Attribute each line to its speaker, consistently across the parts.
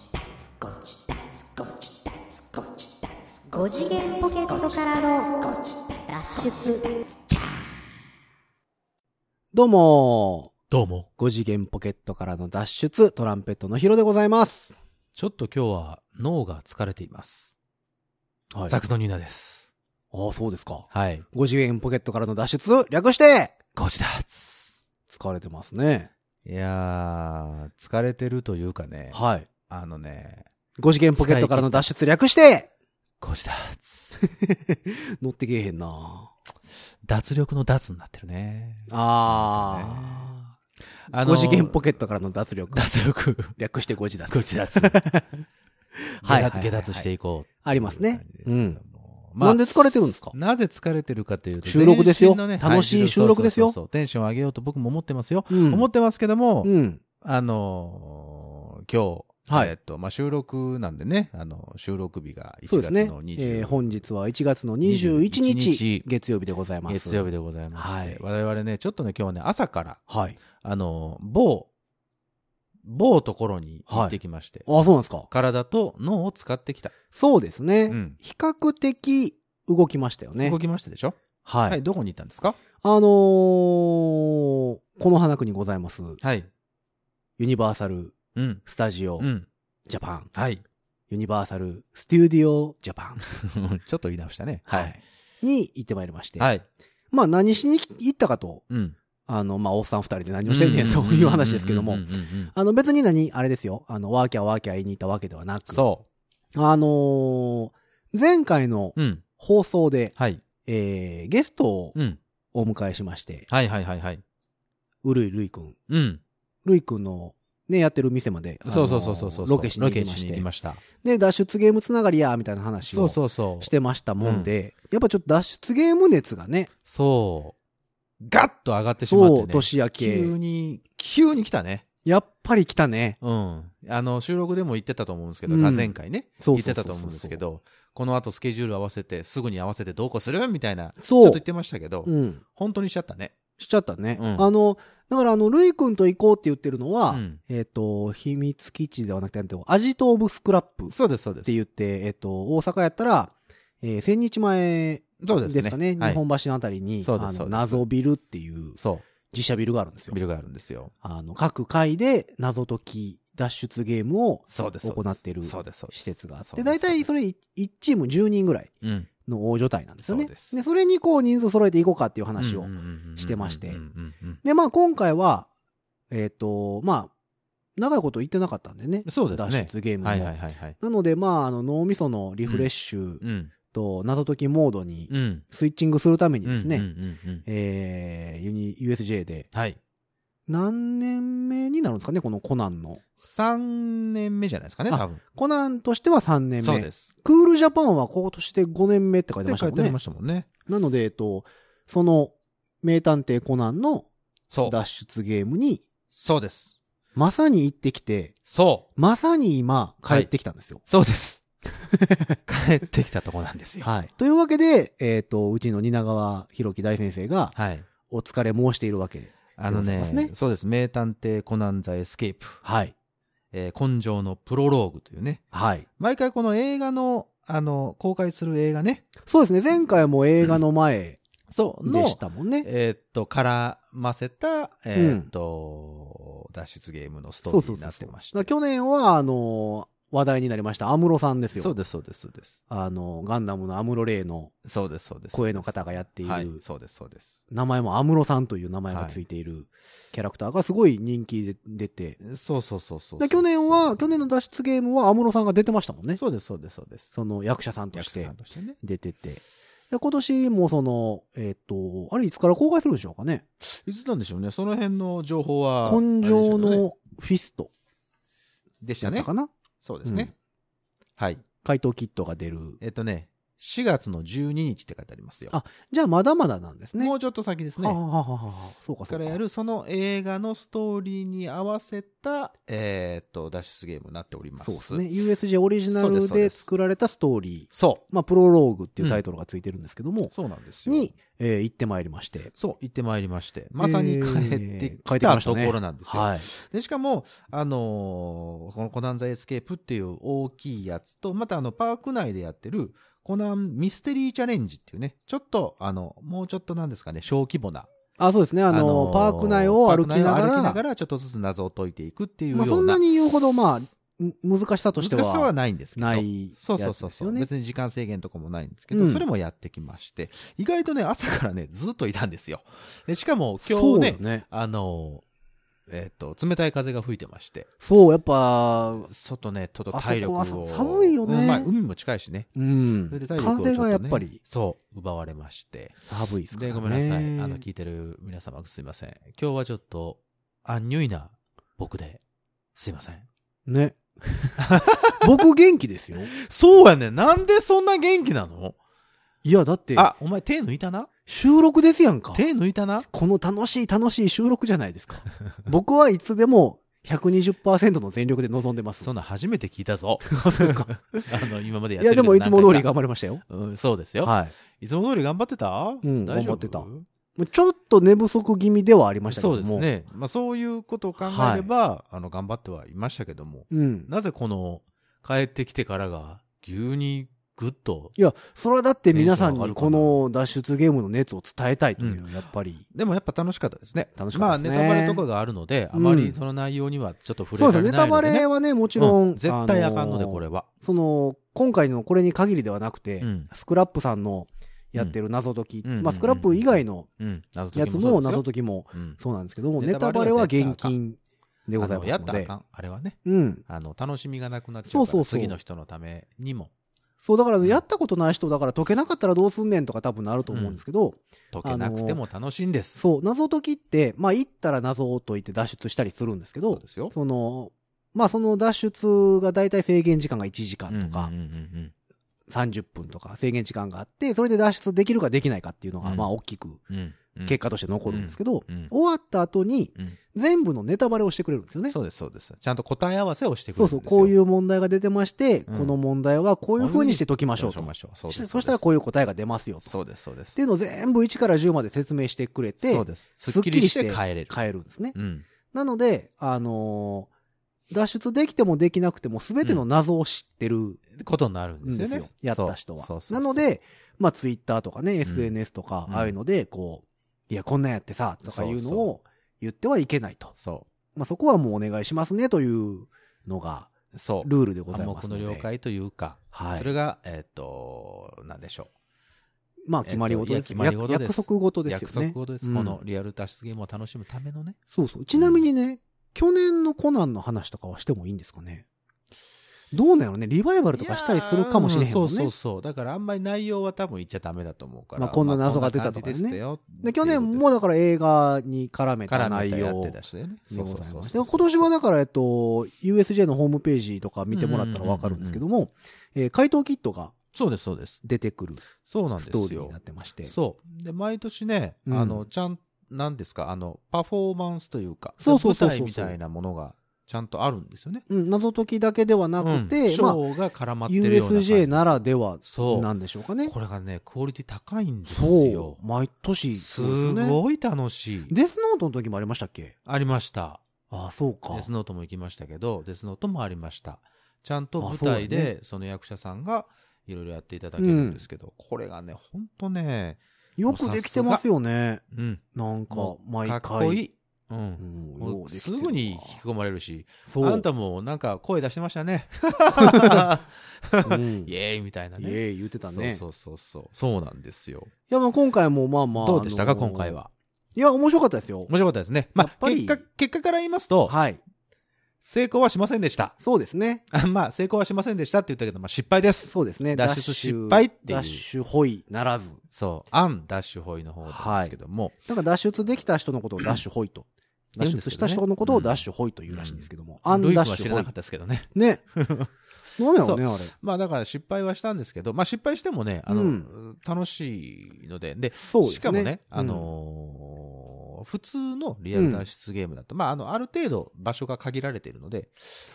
Speaker 1: ゴチダツゴチダツゴチダツ5次元ポケットからの脱出
Speaker 2: どうも
Speaker 3: どうも。
Speaker 2: ー、5次元ポケットからの脱出、トランペットのヒロでございます。
Speaker 3: ちょっと今日は脳が疲れています。
Speaker 2: は
Speaker 3: サックスのニーナです。
Speaker 2: ああ、そうですか。
Speaker 3: はい。
Speaker 2: 5次元ポケットからの脱出、略して、
Speaker 3: ゴチダーツ。
Speaker 2: 疲れてますね。
Speaker 3: いやー、疲れてるというかね、
Speaker 2: はい。
Speaker 3: あのね、
Speaker 2: 5次元ポケットからの脱出、略して、
Speaker 3: ゴチダーツ。
Speaker 2: 乗ってけえへんな
Speaker 3: 脱力の脱になってるね。
Speaker 2: あ
Speaker 3: あ
Speaker 2: あ
Speaker 3: の
Speaker 2: 5次元ポケットからの脱力。
Speaker 3: 脱力。
Speaker 2: 略して5次脱。
Speaker 3: ゴチ ダーツ。
Speaker 2: はい
Speaker 3: 下脱下脱していこう。
Speaker 2: ありますね。
Speaker 3: う
Speaker 2: うん
Speaker 3: ん。ま
Speaker 2: な
Speaker 3: あ
Speaker 2: んで疲れてるんですか
Speaker 3: なぜ疲れてるかというと、
Speaker 2: 収録ですよ
Speaker 3: 全身の
Speaker 2: 楽しい収録ですよ
Speaker 3: はいそうそうそうそうテンション上げようと僕も思ってますよ。
Speaker 2: うん
Speaker 3: 思ってますけども、
Speaker 2: うん。
Speaker 3: あのー今日、
Speaker 2: はい
Speaker 3: えっと、まあ、収録なんでね、あの、収録日が
Speaker 2: そう
Speaker 3: 1
Speaker 2: です
Speaker 3: 月
Speaker 2: ね。
Speaker 3: の20、
Speaker 2: えー本日は1月の21
Speaker 3: 21
Speaker 2: 日
Speaker 3: 日、
Speaker 2: 月曜日でございます。
Speaker 3: 月曜日でございまして、
Speaker 2: はい
Speaker 3: 我々ね、ちょっとね、今日はね、朝から、
Speaker 2: はい。
Speaker 3: あのー某、某ところに行ってきまして、
Speaker 2: ああ、そうなんですか。
Speaker 3: 体と脳を使ってきた。
Speaker 2: そうですね。
Speaker 3: うん
Speaker 2: 比較的動きましたよね
Speaker 3: 動。きましたでしょ
Speaker 2: は。
Speaker 3: はいい、どこに行ったんですか
Speaker 2: あのー、この花区にございます、
Speaker 3: はい。
Speaker 2: ユニバーサル・
Speaker 3: うん。
Speaker 2: スタジオ
Speaker 3: う・ん。
Speaker 2: ジャパン、
Speaker 3: はい。
Speaker 2: ユニバーサル・ステューディオ・ジャパン、
Speaker 3: ちょっと言い直したね。
Speaker 2: は。い、に行ってまいりまして、
Speaker 3: はい。
Speaker 2: まあ何しに行ったかと、
Speaker 3: うん。
Speaker 2: あの、まあおっさん二人で何をしてんねんという話ですけども
Speaker 3: うんうん、うんうんうん
Speaker 2: あの別に何、あれですよ、あの、ワーキャーワーキャー言いに行ったわけではなく、
Speaker 3: そ
Speaker 2: あのー前回の
Speaker 3: う。うん。
Speaker 2: 放送で、
Speaker 3: はい。
Speaker 2: えー、ゲストを
Speaker 3: うん。
Speaker 2: お迎えしまして、
Speaker 3: はいはいはいはい。
Speaker 2: うるいるいくん、
Speaker 3: うん。
Speaker 2: ルイ君のね、やってる店まで、あの
Speaker 3: そうそうそうそうそう。
Speaker 2: ロケしに行きまして。
Speaker 3: した。
Speaker 2: で、脱出ゲームつながりや、みたいな話
Speaker 3: そ
Speaker 2: を
Speaker 3: う
Speaker 2: し
Speaker 3: そうそう。
Speaker 2: てましたもんで、やっぱちょっと脱出ゲーム熱がね、
Speaker 3: そう。ガッと上がってしまって、
Speaker 2: そ
Speaker 3: ね。
Speaker 2: う、年明け
Speaker 3: 急、に、急に来たね。
Speaker 2: やっぱり来たね。
Speaker 3: うん。あの、収録でも言ってたと思うんですけど、
Speaker 2: うん
Speaker 3: 前回ね。
Speaker 2: そう
Speaker 3: 言
Speaker 2: そう
Speaker 3: っ
Speaker 2: そう
Speaker 3: て
Speaker 2: そう
Speaker 3: たと思うんですけど、この後スケジュール合わせて、すぐに合わせてどうこうするみたいな、ちょ
Speaker 2: そ
Speaker 3: っ
Speaker 2: う
Speaker 3: と言ってましたけど、
Speaker 2: うん。
Speaker 3: 本当にしちゃったね。
Speaker 2: しちゃったね。
Speaker 3: うん
Speaker 2: あの、だからあの、ルイ君と行こうって言ってるのは、
Speaker 3: うん
Speaker 2: えっ、と、秘密基地ではなくて、なんていうのアジト・オブ・スクラップっ
Speaker 3: そうです、そうです。
Speaker 2: て言って、えっ、と、大阪やったら、えー千日前
Speaker 3: そうですね。
Speaker 2: ですかね、
Speaker 3: はい
Speaker 2: 日本橋のあたりに、
Speaker 3: そうです
Speaker 2: あ
Speaker 3: そう
Speaker 2: の
Speaker 3: です
Speaker 2: 謎ビルっていう
Speaker 3: そ
Speaker 2: 自社ビルがあるんですよ
Speaker 3: う。ビ。ルがあるんですよ。
Speaker 2: あの、各回で謎解き脱出ゲームを
Speaker 3: そうです。そうです
Speaker 2: 行っている
Speaker 3: そうです、そうです
Speaker 2: 施設があっ
Speaker 3: そ
Speaker 2: て、
Speaker 3: う
Speaker 2: 大
Speaker 3: す
Speaker 2: 体それい1チーム10人ぐらい
Speaker 3: うん。
Speaker 2: の大所帯なんですよね。
Speaker 3: そう
Speaker 2: で
Speaker 3: です
Speaker 2: それにこう人数揃えていこうかっていう話を。
Speaker 3: うんうんうんうん
Speaker 2: してまして
Speaker 3: うんうんうん
Speaker 2: で、まあ今回は、えっ、と、まあ、長いこと言ってなかったんでね。
Speaker 3: そうですね
Speaker 2: 脱出ゲー
Speaker 3: うん
Speaker 2: ムも。
Speaker 3: はいはいはいはい。
Speaker 2: なので、まあ、あの、脳みそのリフレッシュ
Speaker 3: うん。
Speaker 2: と謎解きモードに
Speaker 3: うん。
Speaker 2: スイッチングするためにですね、
Speaker 3: うんうんうんうん
Speaker 2: えーユニ、USJ で
Speaker 3: はい。
Speaker 2: 何年目になるんですかね、このコナンの。
Speaker 3: 3年目じゃないですかね、
Speaker 2: あ
Speaker 3: 多分。
Speaker 2: コナンとしては3年目。
Speaker 3: そうです。
Speaker 2: クールジャパンは今年で5年目って書いて
Speaker 3: で
Speaker 2: ました
Speaker 3: 書い
Speaker 2: もん
Speaker 3: てあり
Speaker 2: ね
Speaker 3: ま。したもんね。
Speaker 2: なので、えっと、その、名探偵コナンの
Speaker 3: そう。
Speaker 2: 脱出ゲームに、
Speaker 3: そうです。
Speaker 2: まさに行ってきて、
Speaker 3: そう。
Speaker 2: まさに今、帰ってきたんですよ。
Speaker 3: そうです。帰ってきたとこなんですよ。
Speaker 2: はい。というわけで、えっ、と、うちの蜷川博樹大先生が、
Speaker 3: はい。
Speaker 2: お疲れ申しているわけで。
Speaker 3: あ
Speaker 2: でご
Speaker 3: の
Speaker 2: ざい
Speaker 3: ね
Speaker 2: ますね
Speaker 3: そうです。名探偵コナンザエスケープ、
Speaker 2: はい。
Speaker 3: えー根性のプロローグというね。
Speaker 2: はい。
Speaker 3: 毎回この映画の、あの、公開する映画ね。
Speaker 2: そうですね。前回も映画の前
Speaker 3: そう。の
Speaker 2: でしたもんね。
Speaker 3: えーっと、絡ませた、えーっと、脱出ゲームのスト
Speaker 2: そう
Speaker 3: ーリ
Speaker 2: そう
Speaker 3: ーに
Speaker 2: そ
Speaker 3: な
Speaker 2: う
Speaker 3: っ
Speaker 2: そ
Speaker 3: て
Speaker 2: う。だ
Speaker 3: まし
Speaker 2: か
Speaker 3: た
Speaker 2: ら。去年は、あの話題になりました、安室さんですよ。
Speaker 3: そうです、そうです、そうです。
Speaker 2: あの、ガンダムのアムロレイの
Speaker 3: そうです、そうです。
Speaker 2: 声の方がやっている、
Speaker 3: はい、そうです、そうです。
Speaker 2: 名前もアムロさんという名前がついているキャラクターがすごい人気で出て、
Speaker 3: そうそうそうそう。
Speaker 2: で去年は、去年の脱出ゲームはアムロさんが出てましたもんね。
Speaker 3: そうです、そうです、そうです。
Speaker 2: その役者さんとし
Speaker 3: 役者
Speaker 2: て
Speaker 3: さんとしてね。
Speaker 2: 出てて。で今年もその、えっ、と、あれいつから公開するんでしょうかね。
Speaker 3: いつなんでしょうね。その辺の情報は。
Speaker 2: 根性
Speaker 3: あれでしょうね
Speaker 2: のフィスト
Speaker 3: でし
Speaker 2: だ
Speaker 3: た
Speaker 2: った
Speaker 3: ね
Speaker 2: か。な。
Speaker 3: そうですね。はい。
Speaker 2: 怪盗キットが出る。
Speaker 3: えっとね、 4月の12日って書いてありますよ。
Speaker 2: あじゃあ、まだまだなんですね。
Speaker 3: もうちょっと先ですね。
Speaker 2: はあはあはあはあそうか、そ
Speaker 3: か。
Speaker 2: うから
Speaker 3: やるその映画のストーリーに合わせた、えーっと、脱出ゲームになっております。
Speaker 2: そうですね。USJ オリジナル
Speaker 3: そうで
Speaker 2: です作られたストーリー。
Speaker 3: そ
Speaker 2: まあ、プロローグっていうタイトルがついてるんですけど
Speaker 3: う。
Speaker 2: も、
Speaker 3: そうなんですよ。
Speaker 2: に、えー行ってまいりまして。
Speaker 3: そう、行ってまいりまして。まさに帰って
Speaker 2: えー帰っ
Speaker 3: き
Speaker 2: てき
Speaker 3: た
Speaker 2: ました
Speaker 3: と
Speaker 2: ね
Speaker 3: ころなんですよ。
Speaker 2: はい。
Speaker 3: で、しかも、あのーこのコナンザエスケープっていう大きいやつと、またあの、パーク内でやってる、コナンミステリーチャレンジっていうね、ちょっと、あの、もうちょっとなんですかね、小規模な。
Speaker 2: あ、そうですね。あの、
Speaker 3: ー
Speaker 2: パーク内を歩きな
Speaker 3: パ
Speaker 2: が
Speaker 3: ーク内を歩
Speaker 2: ら、
Speaker 3: きながら、ちょっとずつ謎を解いていくっていうよう
Speaker 2: ま
Speaker 3: な。
Speaker 2: あ、そんなに言うほど、まあ、む難しさとしては、
Speaker 3: 難しさはないんですけど。
Speaker 2: ないやつです
Speaker 3: そ
Speaker 2: よ
Speaker 3: う
Speaker 2: ね。
Speaker 3: そうそうそう、別に時間制限とかもないんですけど、
Speaker 2: うん
Speaker 3: それもやってきまして、意外とね、朝からね、ずっといたんですよ。でしかも、今
Speaker 2: そう
Speaker 3: 日
Speaker 2: だ
Speaker 3: ね
Speaker 2: よ、ね。
Speaker 3: あのー、えっ、と、冷たい風が吹いてまして、
Speaker 2: そう、やっぱ、
Speaker 3: 外ね、ちょっと
Speaker 2: あそこは
Speaker 3: 体力を。
Speaker 2: さ寒いよね
Speaker 3: うんまあ、海も近いしね。
Speaker 2: うん
Speaker 3: それで。体力を
Speaker 2: 感
Speaker 3: ちょ
Speaker 2: 性
Speaker 3: っと、
Speaker 2: が
Speaker 3: ね、
Speaker 2: やっぱり、
Speaker 3: そう、奪われまして。
Speaker 2: 寒いですから
Speaker 3: で、
Speaker 2: ね。
Speaker 3: ごめんなさい。あの、聞いてる皆様、すいません。今日はちょっと、アンニュイな僕で、すいません。
Speaker 2: ね。 僕元気ですよ。
Speaker 3: そうやね。なんでそんな元気なの
Speaker 2: いや、だって、
Speaker 3: あ、お前手抜いたな
Speaker 2: 収録ですやんか。
Speaker 3: 手抜いたな
Speaker 2: この楽しい楽しい収録じゃないですか。 僕はいつでも120%の全力で臨んでます。
Speaker 3: そんな初めて聞いたぞ。
Speaker 2: あそうですか。
Speaker 3: あの、今までや
Speaker 2: い
Speaker 3: って
Speaker 2: や、で
Speaker 3: るけど
Speaker 2: もいつも通り
Speaker 3: 何回か
Speaker 2: 頑張りましたよ。
Speaker 3: うん、そうですよ。
Speaker 2: はい
Speaker 3: つも通り頑張ってた
Speaker 2: うん
Speaker 3: 大丈夫
Speaker 2: 頑張ってたい。ちょっと寝不足気味ではありましたけど
Speaker 3: そ
Speaker 2: も。
Speaker 3: うです。ね。まあ、そういうことを考えれば、あの、頑張ってはいましたけども、
Speaker 2: うん。
Speaker 3: なぜこの、帰ってきてからが、牛にぐっと、
Speaker 2: いや、それはだって皆さん
Speaker 3: テンション上がる
Speaker 2: に
Speaker 3: かな
Speaker 2: この脱出ゲームの熱を伝えたいという、やっぱり。
Speaker 3: でもやっぱ楽しかったですね。
Speaker 2: 楽しかったですね
Speaker 3: まあ、ネタバレとかがあるので、あまりその内容にはちょっと触れ
Speaker 2: そう
Speaker 3: ら
Speaker 2: で
Speaker 3: れ
Speaker 2: す
Speaker 3: な
Speaker 2: ね。
Speaker 3: いので、ね。
Speaker 2: ネタバレ
Speaker 3: も
Speaker 2: はね、もちろん。
Speaker 3: 絶対あかんので、これ
Speaker 2: は。
Speaker 3: は。
Speaker 2: その、今回のこれに限りではなくて
Speaker 3: うん、
Speaker 2: スクラップさんのやってる謎解き、
Speaker 3: うんうん
Speaker 2: まあスクラップ以外の
Speaker 3: うん。謎
Speaker 2: や
Speaker 3: 解き
Speaker 2: つ
Speaker 3: もそ
Speaker 2: も
Speaker 3: うです
Speaker 2: 謎
Speaker 3: よ。
Speaker 2: 解きも
Speaker 3: うん。
Speaker 2: そうなんですけども、
Speaker 3: ネ
Speaker 2: ネ
Speaker 3: タ
Speaker 2: タ
Speaker 3: バ
Speaker 2: バ
Speaker 3: レ
Speaker 2: レ
Speaker 3: は
Speaker 2: は
Speaker 3: 絶対あ
Speaker 2: 現
Speaker 3: かん
Speaker 2: 金でござい
Speaker 3: あのや
Speaker 2: ま
Speaker 3: っ
Speaker 2: す
Speaker 3: たら
Speaker 2: の
Speaker 3: あ
Speaker 2: で
Speaker 3: か。ん。あれはね。
Speaker 2: うん。
Speaker 3: あの、楽しみがなくなっちゃうから、
Speaker 2: そうそうそう
Speaker 3: 次の人のためにも
Speaker 2: そう、だから
Speaker 3: うん
Speaker 2: やったことない人だから解けなかったらどうすんねんとか多分なると思うんですけど、
Speaker 3: 解けなくても楽しいんです。
Speaker 2: そう、謎解きって、まあ行ったら謎を解いて脱出したりするんですけ
Speaker 3: そう
Speaker 2: ど
Speaker 3: で、すよ。
Speaker 2: その、まあその脱出が大体制限時間が1時間とか
Speaker 3: うんうんうんうん
Speaker 2: 30分とか制限時間があって、それで脱出できるかできないかっていうの
Speaker 3: う
Speaker 2: が
Speaker 3: ん
Speaker 2: まあ大きく
Speaker 3: うんうん
Speaker 2: 結果として残るんですけど、
Speaker 3: うん
Speaker 2: 終わった後に
Speaker 3: うん
Speaker 2: 全部のネタバレをしてくれるんですよね。
Speaker 3: そうです、そうです。ちゃんと答え合わせをしてく
Speaker 2: そ
Speaker 3: れ
Speaker 2: う
Speaker 3: る
Speaker 2: そ
Speaker 3: ん
Speaker 2: う、
Speaker 3: ですよ。
Speaker 2: こういうう問題が出てまして、
Speaker 3: うん
Speaker 2: この問題はこういう風にして解きましょうと。
Speaker 3: そうです
Speaker 2: しそしたらこういう答えが出ますよと。
Speaker 3: そうです、そうで
Speaker 2: っ
Speaker 3: す
Speaker 2: てい。うのを全部1から10まで説明してくれて
Speaker 3: そう、です。すっきりして帰れる。
Speaker 2: 変えるんですね。
Speaker 3: うん。
Speaker 2: なので、あのー脱出できてもできなくても全ての謎を知ってる
Speaker 3: ことになるんで
Speaker 2: ん
Speaker 3: す
Speaker 2: で
Speaker 3: よ
Speaker 2: す
Speaker 3: ね。
Speaker 2: よ。やった人は
Speaker 3: そう。そうそう
Speaker 2: なの、で、まあツイッターとかね、SNS とか
Speaker 3: う、ん
Speaker 2: ああいうので、こう、いや、こんなんやってさ、とかいうのを言ってはいけないと。
Speaker 3: そ
Speaker 2: まあそこはもうお願いしますね、というのが
Speaker 3: う。そう。
Speaker 2: ルールでござい
Speaker 3: 暗
Speaker 2: ます
Speaker 3: 黙
Speaker 2: の
Speaker 3: の
Speaker 2: で。
Speaker 3: 了解というか、
Speaker 2: はい
Speaker 3: それが、えっ、と、なんでしょ
Speaker 2: まあ決まり事
Speaker 3: え
Speaker 2: で
Speaker 3: っと
Speaker 2: す
Speaker 3: いや決まり
Speaker 2: よ。
Speaker 3: 事
Speaker 2: 約
Speaker 3: です
Speaker 2: 約束事
Speaker 3: う。
Speaker 2: ですよね。
Speaker 3: 約束事です、
Speaker 2: うん
Speaker 3: このリアル脱出ゲームを楽しむためのね。
Speaker 2: そうそう。ちなみにね、去年のコナンの話とかはしてもいいんですかね。どうなのね、リバイバルとかしたりするかもしれへんもん
Speaker 3: いやーそうそ
Speaker 2: ね
Speaker 3: う。そう。だからあんまり内容は多分言っちゃダメだと思うから。
Speaker 2: まあこんな謎が出たとかね
Speaker 3: まあこんな感じでしたよ
Speaker 2: で、去年もだ
Speaker 3: か
Speaker 2: から映画に絡めた
Speaker 3: 絡め
Speaker 2: 内
Speaker 3: たやっ
Speaker 2: 容
Speaker 3: て
Speaker 2: で
Speaker 3: たしね。
Speaker 2: ござい
Speaker 3: そうそう
Speaker 2: ま
Speaker 3: そう
Speaker 2: す。
Speaker 3: そ
Speaker 2: で
Speaker 3: う
Speaker 2: 今年はだから、えっと、USJ のホームページとか見てもらったらわかるんですけども、えー回答キットが
Speaker 3: そうです、そうです。
Speaker 2: 出てくる
Speaker 3: そうなん
Speaker 2: ス
Speaker 3: で
Speaker 2: トー
Speaker 3: す
Speaker 2: リーに
Speaker 3: よ
Speaker 2: なっ。てまして。そう
Speaker 3: そう。で、毎年ね、
Speaker 2: うん
Speaker 3: あの、ちゃん、なんですか、あの、パフォーマンスというか、
Speaker 2: そうそうそうそう
Speaker 3: 舞台みたいなものがちゃんとあるんですよね。
Speaker 2: うん、謎解きだけではなくて、
Speaker 3: ショ
Speaker 2: まあ、
Speaker 3: ーが絡まってるような感じで
Speaker 2: USJ
Speaker 3: す
Speaker 2: ならでは
Speaker 3: そう
Speaker 2: なんでしょうかね。
Speaker 3: これがね、クオリティ高いんです
Speaker 2: そ
Speaker 3: よ
Speaker 2: う。。毎年そ
Speaker 3: す
Speaker 2: うですね、
Speaker 3: ごい楽しい。
Speaker 2: デスノートの時もありましたっけ
Speaker 3: ありました。
Speaker 2: ああ、そうか
Speaker 3: デ。スノートも行きましたけど、デスノートもありました。ちゃんと
Speaker 2: あ
Speaker 3: 舞
Speaker 2: そうだね
Speaker 3: 台で、その役者さんが、いろいろやっていただけるんですけど、これがね、ほんとね、
Speaker 2: よくできてますよね。
Speaker 3: うん、
Speaker 2: なんか
Speaker 3: も、
Speaker 2: 毎
Speaker 3: か
Speaker 2: 回。
Speaker 3: っこいい。う。
Speaker 2: うんん
Speaker 3: もう
Speaker 2: ようでき
Speaker 3: す
Speaker 2: てるわ
Speaker 3: ぐに引き込まれるし、
Speaker 2: そう。
Speaker 3: あんたもなんか声出してまし たね。
Speaker 2: うん
Speaker 3: イ
Speaker 2: イエ
Speaker 3: エーイみたいなね。
Speaker 2: ーイ言ってたね。
Speaker 3: そうそうそうそう。そうなんですよ。
Speaker 2: いや、まあ今回もまあまあ。
Speaker 3: どうでしたか、
Speaker 2: あのー
Speaker 3: 今回。は。
Speaker 2: いや、面白かったですよ。
Speaker 3: 面白かったですね。ま
Speaker 2: やっ
Speaker 3: あ、
Speaker 2: ぱ
Speaker 3: 結
Speaker 2: り
Speaker 3: 果、結果から言いますと、
Speaker 2: はい。
Speaker 3: 成功はしませんでした。
Speaker 2: そうですね。
Speaker 3: あまあ、成功はしませんでしたって言ったけど、まあ、失敗です。
Speaker 2: そうですね。
Speaker 3: 脱出失敗っていう
Speaker 2: ダッシュホイならず。
Speaker 3: そう。アン・ダッシュ・ホイの方なんですけども、
Speaker 2: なんか脱出できた人のことをダッシュホイと脱
Speaker 3: 言うんで
Speaker 2: 出
Speaker 3: すけ
Speaker 2: し
Speaker 3: ど
Speaker 2: た
Speaker 3: ね
Speaker 2: 人のことをダッシュホイというらしいんですけども。アン
Speaker 3: どういう
Speaker 2: ダ
Speaker 3: か
Speaker 2: ッ
Speaker 3: は
Speaker 2: シ
Speaker 3: 知
Speaker 2: ュ
Speaker 3: ら
Speaker 2: ホイ
Speaker 3: なかっ。たですけどね。
Speaker 2: ね。 なんやろね、あれ。
Speaker 3: まあだから失敗はしたんですけど、まあ失敗してもね、あの、
Speaker 2: うん
Speaker 3: 楽しいので、で、
Speaker 2: そうですね。
Speaker 3: しかもね、
Speaker 2: うん
Speaker 3: あ、のー普通のリアル脱出ゲームだと、まあ、あの、ある程度場所が限られているので、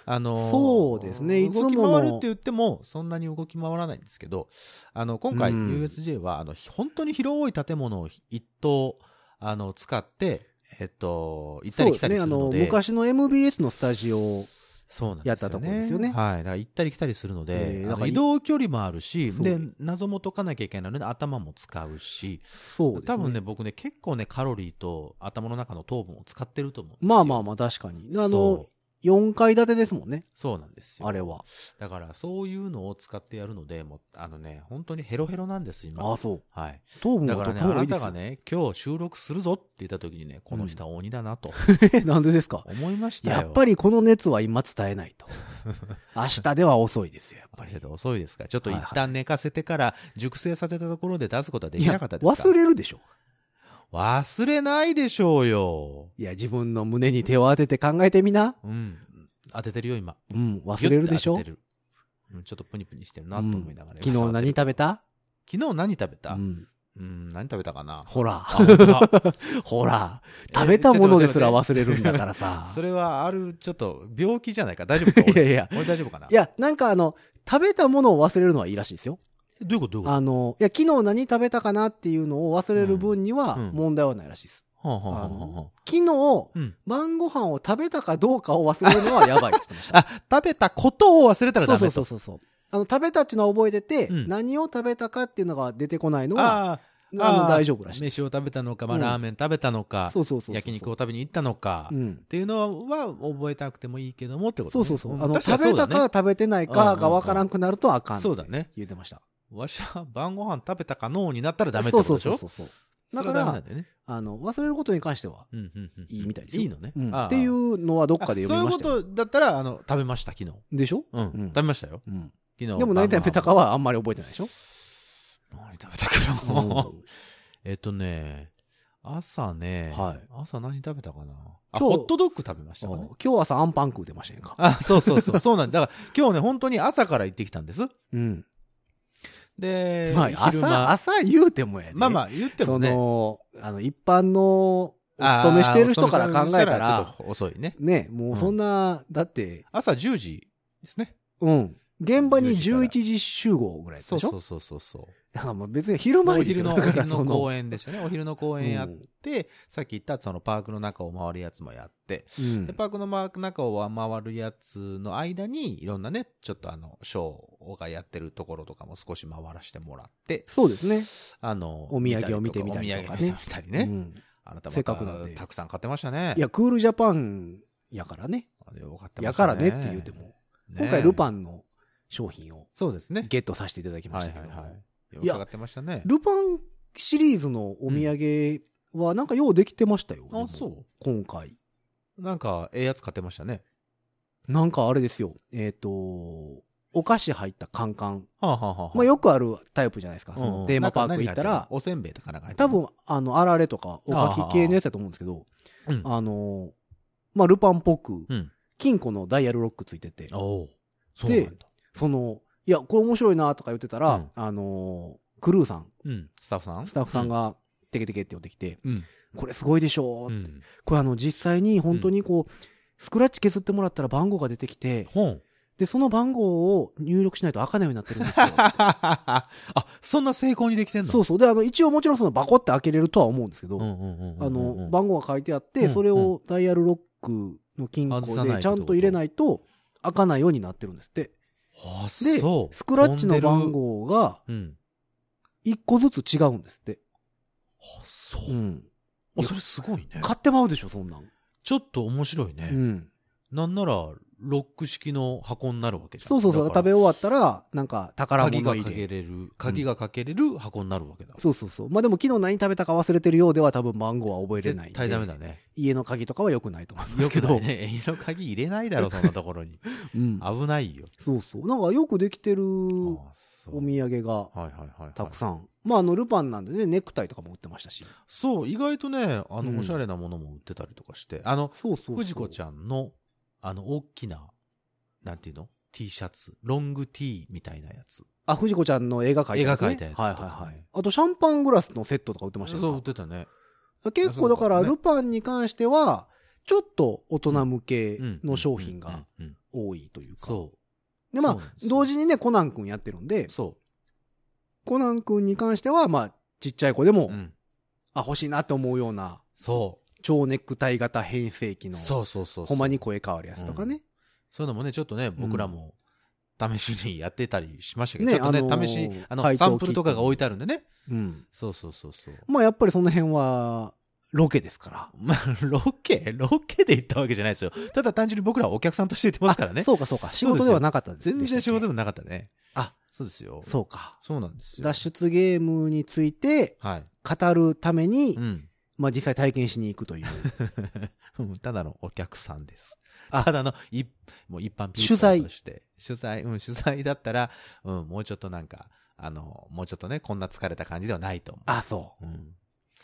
Speaker 3: あのー
Speaker 2: そうですねいつ
Speaker 3: 動
Speaker 2: も
Speaker 3: き
Speaker 2: の
Speaker 3: 回るって言っても、そんなに動き回らないんですけど、あの、今回
Speaker 2: うん
Speaker 3: USJ は、あの、本当に広い建物を一棟、あの、使って、えっと、行ったり来たりする
Speaker 2: そう
Speaker 3: の
Speaker 2: ですね、あの、
Speaker 3: で、
Speaker 2: 昔の MBS のスタジオ。
Speaker 3: そうなんです
Speaker 2: やった
Speaker 3: よね。
Speaker 2: とこですよね
Speaker 3: はい。だから行ったり来たりするので、
Speaker 2: えー
Speaker 3: あの
Speaker 2: だからい
Speaker 3: 移動距離もあるし、
Speaker 2: そう
Speaker 3: で、謎も解かなきゃいけないので、頭も使うし、
Speaker 2: そうですね。
Speaker 3: 多分ね、僕ね、結構ね、カロリーと頭の中の糖分を使ってると思うんですよ。
Speaker 2: まあまあ
Speaker 3: あ。
Speaker 2: まあ、確かに。あの
Speaker 3: そう、
Speaker 2: 4階建てですもんね。
Speaker 3: そうなんですよ。
Speaker 2: あれは。
Speaker 3: だから、そういうのを使ってやるので、もう、あのね、本当にヘロヘロなんです、今。
Speaker 2: ああ、そう。
Speaker 3: はい。
Speaker 2: 糖分
Speaker 3: だ
Speaker 2: が
Speaker 3: から
Speaker 2: 取っ
Speaker 3: ね、
Speaker 2: た
Speaker 3: あ
Speaker 2: 方がい
Speaker 3: ない
Speaker 2: で
Speaker 3: た
Speaker 2: すよ
Speaker 3: がね、今日収録するぞって言った時にね、この人は鬼だなと
Speaker 2: え なんでですか
Speaker 3: 思いましたよ。
Speaker 2: やっぱ
Speaker 3: り。
Speaker 2: りこの熱は今伝えない と。明日では遅いですよ、やっぱり。
Speaker 3: 遅いですから、ちょっと
Speaker 2: は
Speaker 3: 一
Speaker 2: いはい
Speaker 3: 旦寝かせてから、熟成させたところで出すことはで
Speaker 2: い
Speaker 3: き
Speaker 2: や
Speaker 3: なかったですか
Speaker 2: 忘れるでしょ。
Speaker 3: 忘れないでしょうよ。
Speaker 2: いや、自分の胸に手を当てて考えてみな。
Speaker 3: うん。当ててるよ、今。
Speaker 2: うん、忘れるでしょ
Speaker 3: ギュッ。て当ててるうんちょっとプニプニしてるなと思いながら。
Speaker 2: 昨日何食べた
Speaker 3: 昨日何食べた
Speaker 2: う
Speaker 3: うん、
Speaker 2: ん。
Speaker 3: 何食べたか な
Speaker 2: ほら。
Speaker 3: あ本当だ
Speaker 2: ほら。
Speaker 3: え
Speaker 2: 食べたものですら忘れるんだからさ。
Speaker 3: それはある、ちょっと病気じゃないか。大丈夫 か
Speaker 2: いや
Speaker 3: 俺
Speaker 2: いや。
Speaker 3: 俺大丈夫かない
Speaker 2: いや、なんかあの、食べたものを忘れるのはいいらしいですよ。
Speaker 3: どういうことどういうこと
Speaker 2: あの、いや、昨日何食べたかなっていうのを忘れる分には
Speaker 3: うんうん
Speaker 2: 問題はないらしいです。
Speaker 3: はあはあはあはあ
Speaker 2: あの昨日、
Speaker 3: うん。
Speaker 2: 晩ご飯を食べたかどうかを忘れるのはやばいって言ってま した。
Speaker 3: あ、食べたことを忘れたらダ
Speaker 2: そ
Speaker 3: メ
Speaker 2: うそ
Speaker 3: と。
Speaker 2: うそうそうそう。あの、食べたっていうのは覚えてて、
Speaker 3: うん
Speaker 2: 何を食べたかっていうのが出てこないのは、あ
Speaker 3: あー
Speaker 2: の、
Speaker 3: ー
Speaker 2: 大丈夫らしい。
Speaker 3: 飯を食べたのか、まあ、
Speaker 2: うん
Speaker 3: ラーメン食べたのか、
Speaker 2: そうそうそうそう。
Speaker 3: 焼肉を食べに行ったのか、
Speaker 2: う
Speaker 3: っ
Speaker 2: ん。
Speaker 3: ていうのは覚えたくてもいいけどもってこと
Speaker 2: そ
Speaker 3: ね、
Speaker 2: うそうそう。
Speaker 3: ん
Speaker 2: あの、
Speaker 3: 確かに
Speaker 2: 食
Speaker 3: そ
Speaker 2: べ
Speaker 3: うだ
Speaker 2: た
Speaker 3: ね
Speaker 2: か食べてないかがわからんくなるとあかん。
Speaker 3: そうだ。ね。
Speaker 2: 言ってました。
Speaker 3: わしは晩ご飯食べたかのうになったらダメってことでしょ
Speaker 2: そうそうそうそう。
Speaker 3: そ
Speaker 2: だ
Speaker 3: れ
Speaker 2: か
Speaker 3: はダメな
Speaker 2: ら
Speaker 3: ん、だよね。
Speaker 2: あの、忘れることに関しては、
Speaker 3: うんうんうん
Speaker 2: いいみたいですよ
Speaker 3: いいのね。
Speaker 2: うん
Speaker 3: ああ
Speaker 2: っていうのはどっかで読みました
Speaker 3: あ
Speaker 2: よ
Speaker 3: そういうことだったら、あの、食べました、昨日。
Speaker 2: でしょ
Speaker 3: う
Speaker 2: う
Speaker 3: ん。
Speaker 2: ん
Speaker 3: 食べましたよ。
Speaker 2: うん。
Speaker 3: 昨日。
Speaker 2: でも何食べたか
Speaker 3: は。
Speaker 2: はあんまり覚えてないでしょ
Speaker 3: 何食べたかな、
Speaker 2: うん
Speaker 3: えっとね、朝ね、
Speaker 2: はい
Speaker 3: 朝何食べたかなあ、
Speaker 2: 今
Speaker 3: ホ
Speaker 2: 日
Speaker 3: ットドッグ食べましたかね
Speaker 2: 今。日朝アンパン食うてましたやんか。
Speaker 3: あ、そうそうそう。そうなんだ。だから今日ね、本当に朝から行ってきたんです。
Speaker 2: うん。
Speaker 3: で、
Speaker 2: まあ、
Speaker 3: 昼間
Speaker 2: 朝、朝言うてもやね。
Speaker 3: まあま
Speaker 2: あ、
Speaker 3: あ言っても
Speaker 2: そ
Speaker 3: ね。
Speaker 2: の、あの、一般の、お
Speaker 3: あー
Speaker 2: 勤めしてる人から考えた
Speaker 3: お勤めした
Speaker 2: ら
Speaker 3: ちょ、っと遅いね。
Speaker 2: ね、もうそんな、だって、
Speaker 3: 朝10時ですね。
Speaker 2: うん。現場に
Speaker 3: 10時から
Speaker 2: 11時集合ぐらいでし
Speaker 3: そ
Speaker 2: ょ
Speaker 3: うそうそうそうそう。
Speaker 2: あまあ別に昼
Speaker 3: お
Speaker 2: 前です
Speaker 3: 昼
Speaker 2: よ
Speaker 3: の、お
Speaker 2: だか
Speaker 3: 昼
Speaker 2: らそ
Speaker 3: の
Speaker 2: の
Speaker 3: 公園でしたね。お昼の公園やって、さっき言ったそのパークの中を回るやつもやって、
Speaker 2: うん
Speaker 3: で、パークのま中を回るやつの間に、いろんなね、ちょっとあの、ショーがやってるところとかも少し回らせてもらって、
Speaker 2: そうですね。
Speaker 3: あの、
Speaker 2: お土産を見てみたりとかね
Speaker 3: お土産を見てみたりね。
Speaker 2: うん
Speaker 3: あなた
Speaker 2: せっかくなん
Speaker 3: ま
Speaker 2: で
Speaker 3: たたくさん買ってましたね。
Speaker 2: いや、クールジャパンやからね。
Speaker 3: あれ、よかった、
Speaker 2: やからねって言うても、今回ルパ
Speaker 3: ン。
Speaker 2: ンの商品を
Speaker 3: そうですね。
Speaker 2: ゲットさせていただきま
Speaker 3: は
Speaker 2: し
Speaker 3: い
Speaker 2: た
Speaker 3: は
Speaker 2: けど
Speaker 3: い
Speaker 2: も、
Speaker 3: はい。よ
Speaker 2: いや
Speaker 3: く買ってましたね。
Speaker 2: ルパンシリーズのお土産はなんかようできてましたよ。でも
Speaker 3: あ、そ
Speaker 2: 今回。
Speaker 3: う。なんか、ええやつ買ってましたね。
Speaker 2: なんかあれですよ。えっ、と、お菓子入ったカンカン。
Speaker 3: はあ、はあはあはあ、
Speaker 2: まあよくあるタイプじゃないですか。
Speaker 3: うん
Speaker 2: そのテーマパーク行った
Speaker 3: なんか何が入てんの
Speaker 2: ら、
Speaker 3: おせんべいとかなんか入って
Speaker 2: 多
Speaker 3: んの、
Speaker 2: 分、あの、あられとか、おかき系のやつだと思うんですけど、
Speaker 3: うん
Speaker 2: あの、まあ、ルパンっぽく、
Speaker 3: うん。
Speaker 2: 金庫のダイヤルロックついてて、
Speaker 3: おうそうなんだ。
Speaker 2: その、いや、これ面白いなとか言ってたら、
Speaker 3: うん
Speaker 2: あの、クルーさん、
Speaker 3: うん。スタッフさん
Speaker 2: スタッフさん。が、テケテケって寄ってきて、
Speaker 3: うん。
Speaker 2: これすごいでしょ
Speaker 3: う
Speaker 2: う、
Speaker 3: ん。
Speaker 2: これあの、実際に本当にこう、スクラッチ削ってもらったら番号が出てきて、
Speaker 3: ほん。
Speaker 2: で、その番号を入力しないと開かないようになってるんです よ。
Speaker 3: あ、そんな成功にできてんの。
Speaker 2: そううそう。で、あの、一応もちろんそのバコって開けれるとは思うんですけど、
Speaker 3: うんうんうんうんうん。
Speaker 2: あの、番号が書いてあって、
Speaker 3: うん
Speaker 2: それをダイヤルロックの金庫
Speaker 3: 外さない
Speaker 2: で
Speaker 3: と
Speaker 2: ちゃんと入れないと開かないようになってるんですって。
Speaker 3: あ、
Speaker 2: で
Speaker 3: そ、う。
Speaker 2: スクラッチの
Speaker 3: 飛
Speaker 2: 番
Speaker 3: んでる。
Speaker 2: 号が
Speaker 3: うん。
Speaker 2: 一個ずつ違うんですって。
Speaker 3: あ、そうう。
Speaker 2: ん。
Speaker 3: あ、それすごいね。
Speaker 2: 買ってまうでしょ、そんなん。
Speaker 3: ちょっと面白いうね。
Speaker 2: ん。
Speaker 3: なんなら、ロック式の箱になるわけじゃん。
Speaker 2: そうそうそう。
Speaker 3: だか
Speaker 2: 食
Speaker 3: ら
Speaker 2: べ終わったら、なんか宝
Speaker 3: 鍵
Speaker 2: 物
Speaker 3: が
Speaker 2: 入
Speaker 3: かけ
Speaker 2: れ。
Speaker 3: れる、鍵がかけれる箱になるわけだ。
Speaker 2: そうそうそう。まあでも昨日何食べたか忘れてるようでは多分番号は覚えれ
Speaker 3: 絶
Speaker 2: ないんで。
Speaker 3: 対ダメだ ね。
Speaker 2: 家の鍵とかは良くないと思いま
Speaker 3: よ
Speaker 2: すけ
Speaker 3: く
Speaker 2: ど。
Speaker 3: ないね。家の鍵入れないだろ、そんなとこ ろに。
Speaker 2: うん。
Speaker 3: 危ないよ。
Speaker 2: そうそう。なんかよくできてるお
Speaker 3: あそう
Speaker 2: 土産が
Speaker 3: はいはいはいはい。
Speaker 2: たくさんまあ、あの、ルパンなんでね、ネクタイとかも売ってましたし。
Speaker 3: そう、意外とね、あ
Speaker 2: うん
Speaker 3: の、おしゃれなものも売ってたりとかして、あの、
Speaker 2: そうそうそう。
Speaker 3: 藤子ちゃんの、あの、大きな、なんていうの ?T シャツ、ロング T みたいなやつ。
Speaker 2: あ、藤子ちゃんの映画描いたやつ、ね。
Speaker 3: 映画描いたやつとか
Speaker 2: はい
Speaker 3: ね
Speaker 2: はいはい。あと、シャンパングラスのセットとか売ってましたよ
Speaker 3: そう、売ってたね。
Speaker 2: 結構だから、
Speaker 3: あそうだね
Speaker 2: ルパンに関しては、ちょっと大人向け
Speaker 3: うん
Speaker 2: の商品が。
Speaker 3: うんうんうん
Speaker 2: 多いというか。
Speaker 3: そ
Speaker 2: で、ま
Speaker 3: そう
Speaker 2: あ
Speaker 3: なんで、すよ
Speaker 2: 同時にね、コナン君やってるんで
Speaker 3: う。、そ
Speaker 2: コナン君に関しては、まあ、ちっちゃい子で
Speaker 3: う。
Speaker 2: も、
Speaker 3: うん。
Speaker 2: あ、欲しいなって思うような、
Speaker 3: そ
Speaker 2: 超ネクタイ型変成期
Speaker 3: う。
Speaker 2: の、
Speaker 3: そうそうそう。
Speaker 2: ほんまに。声変わるやつとかね。
Speaker 3: そういうのもね、ちょっとね、僕らも、試しにやってたりしましたけど、
Speaker 2: ね
Speaker 3: ちょっと
Speaker 2: あ
Speaker 3: ね、
Speaker 2: のー
Speaker 3: 試し、あ
Speaker 2: 回
Speaker 3: の、
Speaker 2: 答キッ
Speaker 3: サ
Speaker 2: ト
Speaker 3: ンプルとかが置いてあるんでね。
Speaker 2: うん。
Speaker 3: そうそうそうそう。
Speaker 2: まあ、やっぱりその辺は、ロケですから。
Speaker 3: まあ、ロケ ロケで行ったわけじゃないですよ。ただ単純に僕らはお客さんとして行ってますからね。
Speaker 2: あそうかそうか。仕事ではなかったです
Speaker 3: 全然仕事で
Speaker 2: も。
Speaker 3: もなかったね。
Speaker 2: あ、
Speaker 3: そうですよ。
Speaker 2: そうか。
Speaker 3: そうなんですよ。
Speaker 2: 脱出ゲームについて
Speaker 3: はい。
Speaker 2: 語るために、
Speaker 3: うん。
Speaker 2: まあ実際体験しに行くという。
Speaker 3: うんただのお客さんです。
Speaker 2: あ
Speaker 3: ただのい、もう一般ピー
Speaker 2: 取材
Speaker 3: として。取材。うん、取材だったら、うん、もうちょっとなんか、あの、もうちょっとね、こんな疲れた感じではないと思う。
Speaker 2: あ、そう。
Speaker 3: うん。